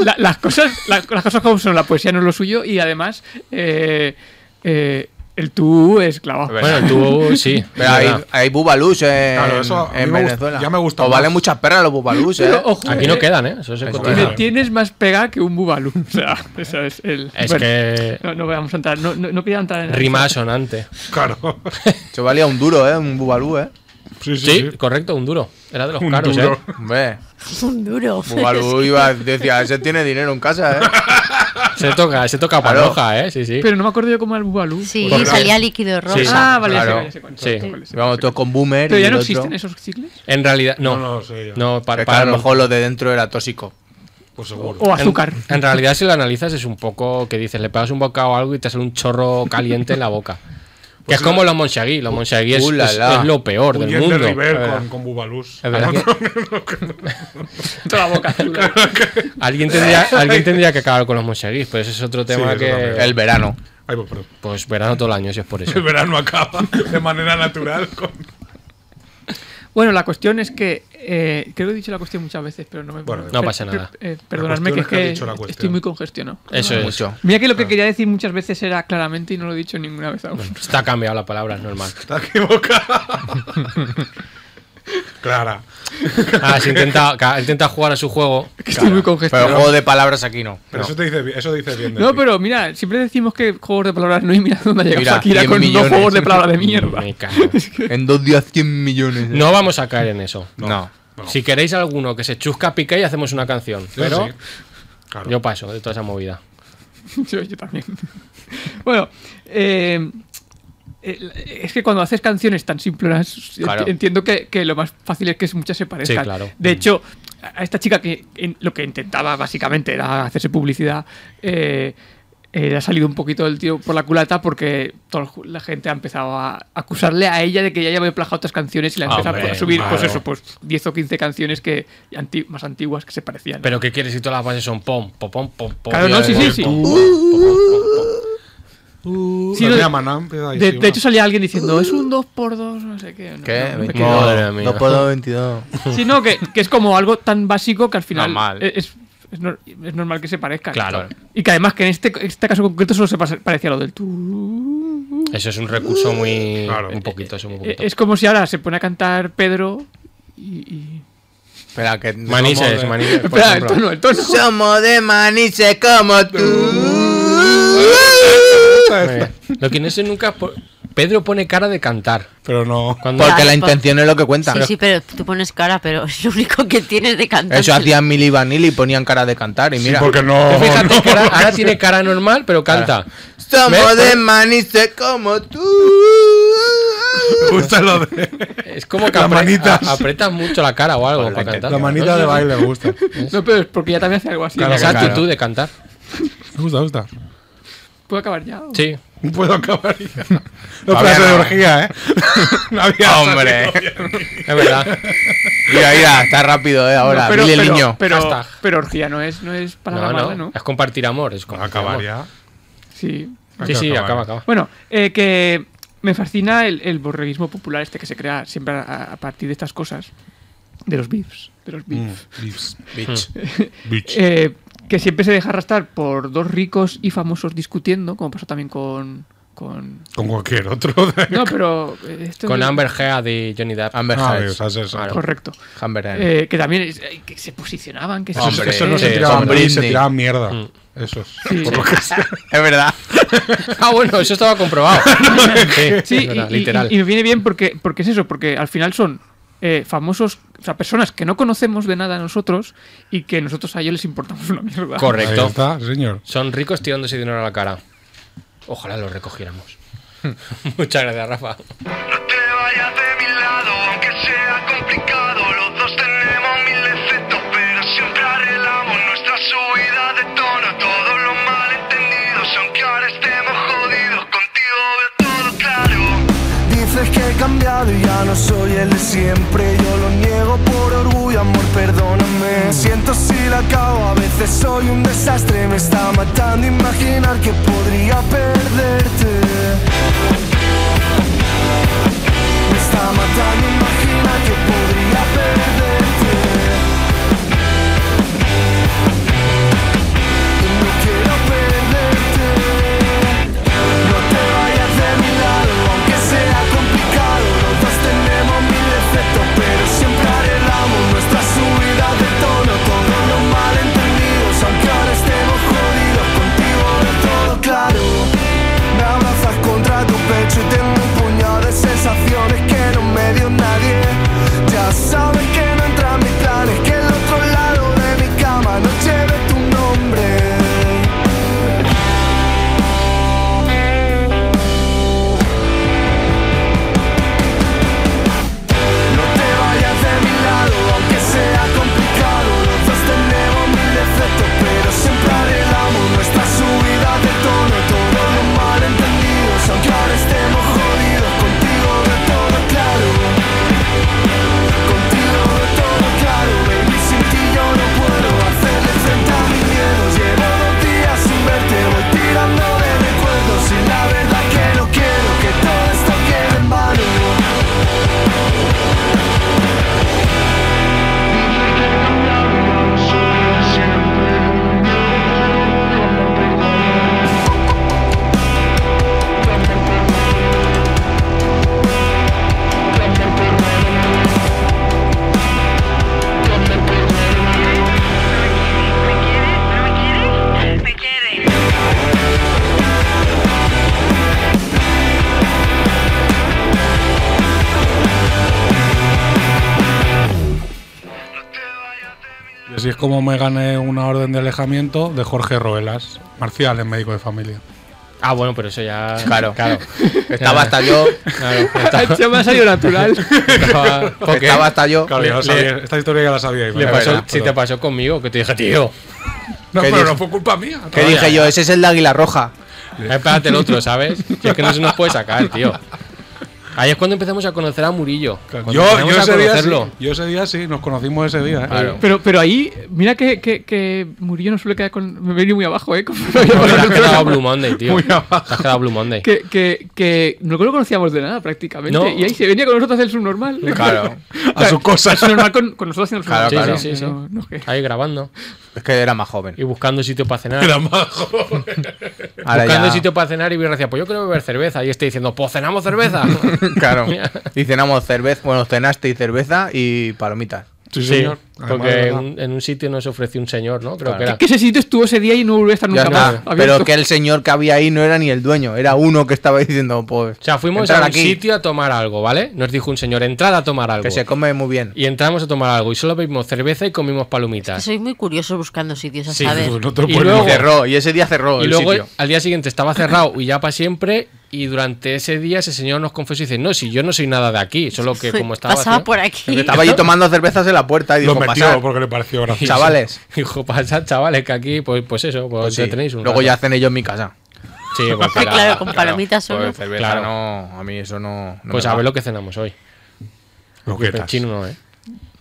la- las, cosas, la- las cosas como son, la poesía no es lo suyo y además eh, eh, El tú es clavo.
Bueno, tú
(laughs)
sí.
Pero hay,
verdad.
hay bubalús en,
Claro, eso a mí
en
me gusta-
Venezuela.
ya me gusta
O valen
más.
muchas perras los bubalús,
Pero,
¿eh?
ojo,
Aquí
eh,
no quedan, ¿eh? Eso
Eso
se
tiene-
encuentra.
claro.
tienes más pega que un bubalú. O sea, eso es el.
Es
bueno,
que
No, no vamos a entrar, no, no, no pidan entrar en
rima sonante.
Claro. (laughs)
Eso valía un duro, ¿eh? Un bubalú, ¿eh?
Sí, sí.
Sí,
sí.
correcto, un duro. Era de los
Un
caros,
duro.
¿eh?
Hombre,
(laughs) Un duro.
bubalú iba, decía, ese tiene dinero en casa, ¿eh?
Se toca, se toca
Claro.
panoja, ¿eh? Sí, sí.
Pero no me acuerdo yo cómo era el bubalú.
Sí,
Pues
Correcto.
salía líquido rosa.
Sí.
Ah, vale, ya sé
Claro.
cuál, ya sé cuál,
Sí.
cuál es.
Íbamos todos con boomer.
Pero
y
ya
el
no
otro-
existen esos cicles.
En realidad, no.
No, no, sí, ya.
No, para,
Es que a
para-
lo mejor lo de dentro era tóxico.
Pues seguro.
O azúcar.
En, en realidad, si lo analizas, es un poco que dices, le pegas un bocado o algo y te sale un chorro caliente en la boca. que es como los Monchagui. Los Monchagui es, es-
ulala.
es lo peor
Un
del
Jen de
mundo.
River con, con Bubalús.
Es verdad que
(laughs) Toda la boca azul.
Eh, alguien, tendría, alguien tendría que acabar con los Monchagui, pero ese es otro tema
eso
que.
también.
El verano.
(laughs) Ay, pues, perdón.
pues verano todo el año, si es por eso.
El (laughs) verano acaba de manera natural con.
Bueno, la cuestión es que. eh, creo que he dicho la cuestión muchas veces, pero no me.
Bueno,
No pasa
per-
nada.
per- eh, perdonadme
cuestión es que
que
has
es
dicho la
que estoy
cuestión.
muy congestionado.
Eso es.
Mucho.
Mira que lo que quería decir muchas veces era claramente y no lo he dicho ninguna vez aún.
Está cambiado la palabra, es normal.
Está equivocada. Clara.
Ah, se intenta, ca- intenta jugar a su juego.
(laughs) Que estoy muy
Pero
congestionado.
juego de palabras aquí no.
Pero
No.
eso, te dice, bi- eso dice bien de
No,
ti.
pero mira, siempre decimos que juegos de palabras no y mira dónde ha llegado
Mira,
Shakira
100
con
millones.
dos juegos de
(laughs)
palabras de mierda.
Me cago.
En dos días 100 millones.
No vamos a caer en eso.
No.
Si queréis alguno que se chusca pique y hacemos una canción. Pero
sí. Claro.
yo paso de toda esa movida.
(laughs) Yo, yo también. bueno, eh, el- es que cuando haces canciones tan simples,
Claro.
entiendo que, que lo más fácil es que muchas se parezcan.
claro.
De hecho, a a esta chica que en- lo que intentaba básicamente era hacerse publicidad, eh, eh, le ha salido un poquito el tío por la culata porque toda la ju- la gente ha empezado a acusarle a ella de que ya había plagiado otras canciones y la ha empezado
Hombre,
a subir, pues
claro.
eso, pues 10 o 15 canciones que anti- más antiguas que se parecían.
Pero ¿qué quieres si todas las bases son pom, pom, pom, pom, pom?
Claro, no, sí, sí, sí.
Pues
Sí, no,
mira, Maná, empieza ahí,
De,
sí,
de
va.
hecho salía alguien diciendo, es un 2x2, no sé qué. No,
¿Qué?
no, no me
22.
quedo.
Madre mía.
2 por 2, 22.
Sí, no, que, que es como algo tan básico que al final e,
Normal.
Es, es nor- es normal que se parezca.
Claro.
Y que además que en este, este caso concreto solo se pasa- parecía lo del tú.
Eso es un recurso muy.
Claro.
Un poquito, eso un
Eh,
poquito.
Es como si ahora se pone a cantar Pedro y... y-
Espera, que.
Manises,
somos
manises. por
Espera, el
ejemplo.
tono, el tono.
de- Somos de manises como tú.
Eh, Lo que no sé nunca. es por- Pedro pone cara de cantar.
Pero no.
Cuando
Porque la
Ay,
intención es lo que cuenta.
Sí, sí, pero tú pones cara, pero es lo único que tienes de cantar.
Eso hacían Milly Vanilli y ponían cara de cantar. Y mira.
Sí, porque no.
Fíjate
no.
que ahora, ahora tiene cara normal, pero canta.
Somos
¿Ves?
de manises como tú.
(laughs) Me gusta lo de.
Es como que
Las
apre-
manitas.
a- aprietas mucho la cara o algo para cantar.
La manita de baile, me gusta.
No, pero es porque ya también hace algo así.
Esa
Claro.
actitud de cantar.
Me gusta, me gusta.
¿Puedo acabar ya?
Sí.
No Puedo acabar ya. No
Todavía
clase de
no.
orgía, ¿eh? (laughs) No había.
Hombre.
Es verdad.
Mira, mira, está rápido, eh. Ahora,
No, pero,
Milly el
pero,
niño.
pero,
Hashtag.
pero orgía no es, no es palabra
No,
mala,
no,
¿no?
Es compartir amor. Es
Para
compartir
acabar
amor.
ya.
Sí.
Sí, sí, acaba,
Acaba,
acaba.
Bueno, eh, que me fascina el, el borreguismo popular este que se crea siempre a, a partir de estas cosas, de los beefs, de los
Mm,
beefs.
Bitch.
Bitch.
Bitch.
Eh, que siempre se deja arrastrar por dos ricos y famosos discutiendo, como pasó también con... con...
Con cualquier otro.
No, pero... eh, esto
Con
es-
Amber Heard de Johnny Depp.
Amber
Ah,
Heard.
Dios, haces eso.
Claro.
Correcto.
Amber Heard.
Eh, que también es- eh, que se posicionaban, que se-
Eso,
Hombre,
eso no se
sí,
tiraba
son
bris, se
Britney.
tiraba mierda.
Mm.
Eso es.
Sí.
Por lo que sea.
Es verdad.
(laughs) Ah, bueno, eso estaba comprobado. Sí,
Sí,
es
y,
verdad,
y-
literal.
y me viene bien porque, porque es eso, porque al final son eh, famosos, o sea, personas que no conocemos de nada nosotros y que nosotros a ellos les importamos una mierda.
Ahí
(laughs)
Correcto.
está, señor.
Son ricos tirándose dinero a la cara. Ojalá lo recogiéramos. (laughs) Muchas gracias,
No
Rafa.
te vayas de mi lado, aunque sea complicado. Los dos tenemos mil defectos, pero siempre arreglamos nuestra subida de tono. Todos los malentendidos, aunque ahora estemos jodidos, contigo veo todo claro.
Dices que he cambiado y ya no soy el de siempre. Yo lo niego por orgullo, amor, perdóname. Siento si la cago, a veces soy un desastre. Me está matando imaginar que podría perderte. Me está matando imaginar que podría perderte. Y no quiero perderte. No te vayas de mi
así es como me gané una orden de alejamiento de Jorge Roelas, marcial en médico de familia.
Ah, bueno, pero eso ya.
Claro.
claro.
Estaba hasta yo.
(laughs)
Claro,
Ya me ha salido natural.
estaba- porque
Estaba hasta yo.
Claro,
Le-
ya lo
le-
sabía, esta historia ya la sabía.
le
pero-
pasó-
verdad,
si te pasó conmigo, que te dije, tío,
No,
¿Qué
pero
dices?
no fue culpa mía.
¿Qué
Vaya.
dije yo? Ese es el de Águila Roja.
espérate el otro,
(laughs)
¿sabes? Si es que no se nos puede sacar, tío. Ahí es cuando empezamos a conocer a Murillo. Cuando
Yo,
empezamos
yo
a
ese día sí,
conocerlo.
yo ese día sí, nos conocimos ese día. ¿eh?
(laughs) Claro.
Pero, pero ahí, mira que, que, que Murillo no suele quedar con. Me venía muy abajo, ¿eh? (laughs) Como-
(laughs)
Te has quedado Blue Monday, tío.
Muy
Te has quedado Blue Monday.
que, que, que no lo conocíamos de nada prácticamente.
No.
Y ahí se venía con nosotros el subnormal. (laughs)
Claro.
A sus cosas.
El subnormal con, con nosotros haciendo el
Claro,
subnormal.
claro. Sí, sí, sí,
No, no, que-
Ahí grabando
Es que era más joven.
y buscando sitio para cenar.
Era majo.
Ahora
buscando
ya-
sitio para cenar y Birra decía, pues yo quiero beber cerveza. Y estoy diciendo, pues cenamos cerveza.
Claro. Y cenamos cerveza. Bueno, cenaste y cerveza y palomitas.
(laughs) Sí,
sí,
señor. Además,
porque
¿verdad?
un- en un sitio nos ofreció un señor, ¿no? Creo
Claro.
que era.
Es que ese sitio estuvo ese día y no volvió a estar
Ya
nunca
está.
más.
Pero
abierto.
que el señor que había ahí no era ni el dueño, era uno que estaba diciendo, pues.
O sea, fuimos a
entrar
un
aquí,
sitio a tomar algo, ¿vale? Nos dijo un señor, entrad a tomar algo.
Que se come muy bien.
Y entramos a tomar algo y solo bebimos cerveza y comimos palomitas.
Soy muy curioso buscando sitios a
Sí,
saber.
Pues no te
Y
puedes
luego-
Y cerró, y ese día cerró
Y
el
luego
sitio.
al día siguiente estaba cerrado y ya para siempre. Y durante ese día ese señor nos confesó y dice, no, si yo no soy nada de aquí, solo
(laughs)
que
Soy-
como estaba...
pasaba
haciendo-
por aquí.
Estaba allí tomando cervezas en la puerta y
lo
dijo,
metió
pasar.
porque le pareció
(laughs)
gracioso.
Chavales.
(laughs) Dijo, pasad chavales, que aquí, pues, pues eso, pues,
Pues sí.
ya tenéis un...
Luego
rato".
ya cené yo en mi casa.
Sí,
(laughs)
porque era-
claro, con palomitas solo.
Pues cerveza
Claro.
no, a mí eso no. no
Pues
me
a
va.
ver lo que cenamos hoy. Pero
Croquetas.
chino no, ¿eh?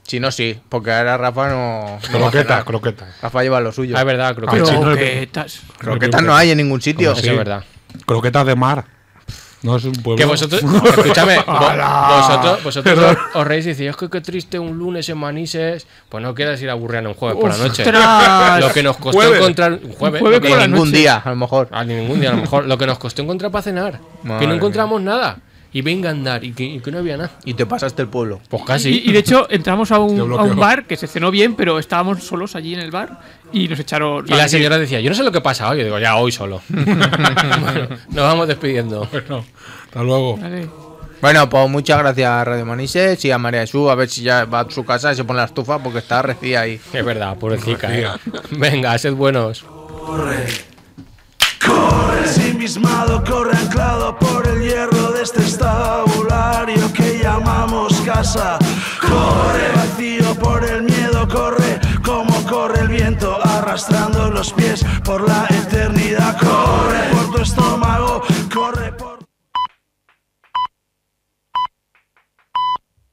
Chino sí, porque ahora Rafa no. no va a
Croquetas,
cenar.
croquetas.
Rafa lleva lo suyo.
Ah, es verdad, creo que
Pero-
sí. eh,
chino-
Croquetas.
Croquetas no hay en ningún sitio.
Eso es verdad.
Croquetas de mar. No es un pueblo.
Que vosotros, escúchame, vo- vosotros, vosotros os- os reís y decís, es que qué triste un lunes en Manises, pues no quieras ir a Burriana un jueves por la noche.
¡Ostras!
Lo que nos costó
Jueves.
encontrar un jueves,
jueves
lo que-
por la
Ningún
noche.
día, a lo mejor.
a ningún día a lo mejor, lo que nos costó encontrar para cenar,
Madre
que no
mía.
encontramos nada y venga a andar y que, y que no había nada.
Y te pasaste el pueblo.
Pues casi.
Y, y de hecho, entramos a un,
Yo bloqueo.
a un bar que se cenó bien, pero estábamos solos allí en el bar y nos echaron.
Y la señora decía, yo no sé lo que pasa hoy. Yo digo, ya hoy solo. Bueno, nos vamos despidiendo.
Bueno, (laughs) hasta luego.
Vale.
Bueno, pues muchas gracias a Radio Manises y a María Jesús. A ver si ya va a su casa y se pone la estufa porque está recién ahí.
Es verdad, pobrecita. ¿eh? Venga, sed buenos.
Corre ensimismado, corre anclado por el hierro de este estabulario que llamamos casa. Corre vacío por el miedo, corre como corre el viento, arrastrando los pies por la eternidad. Corre por tu estómago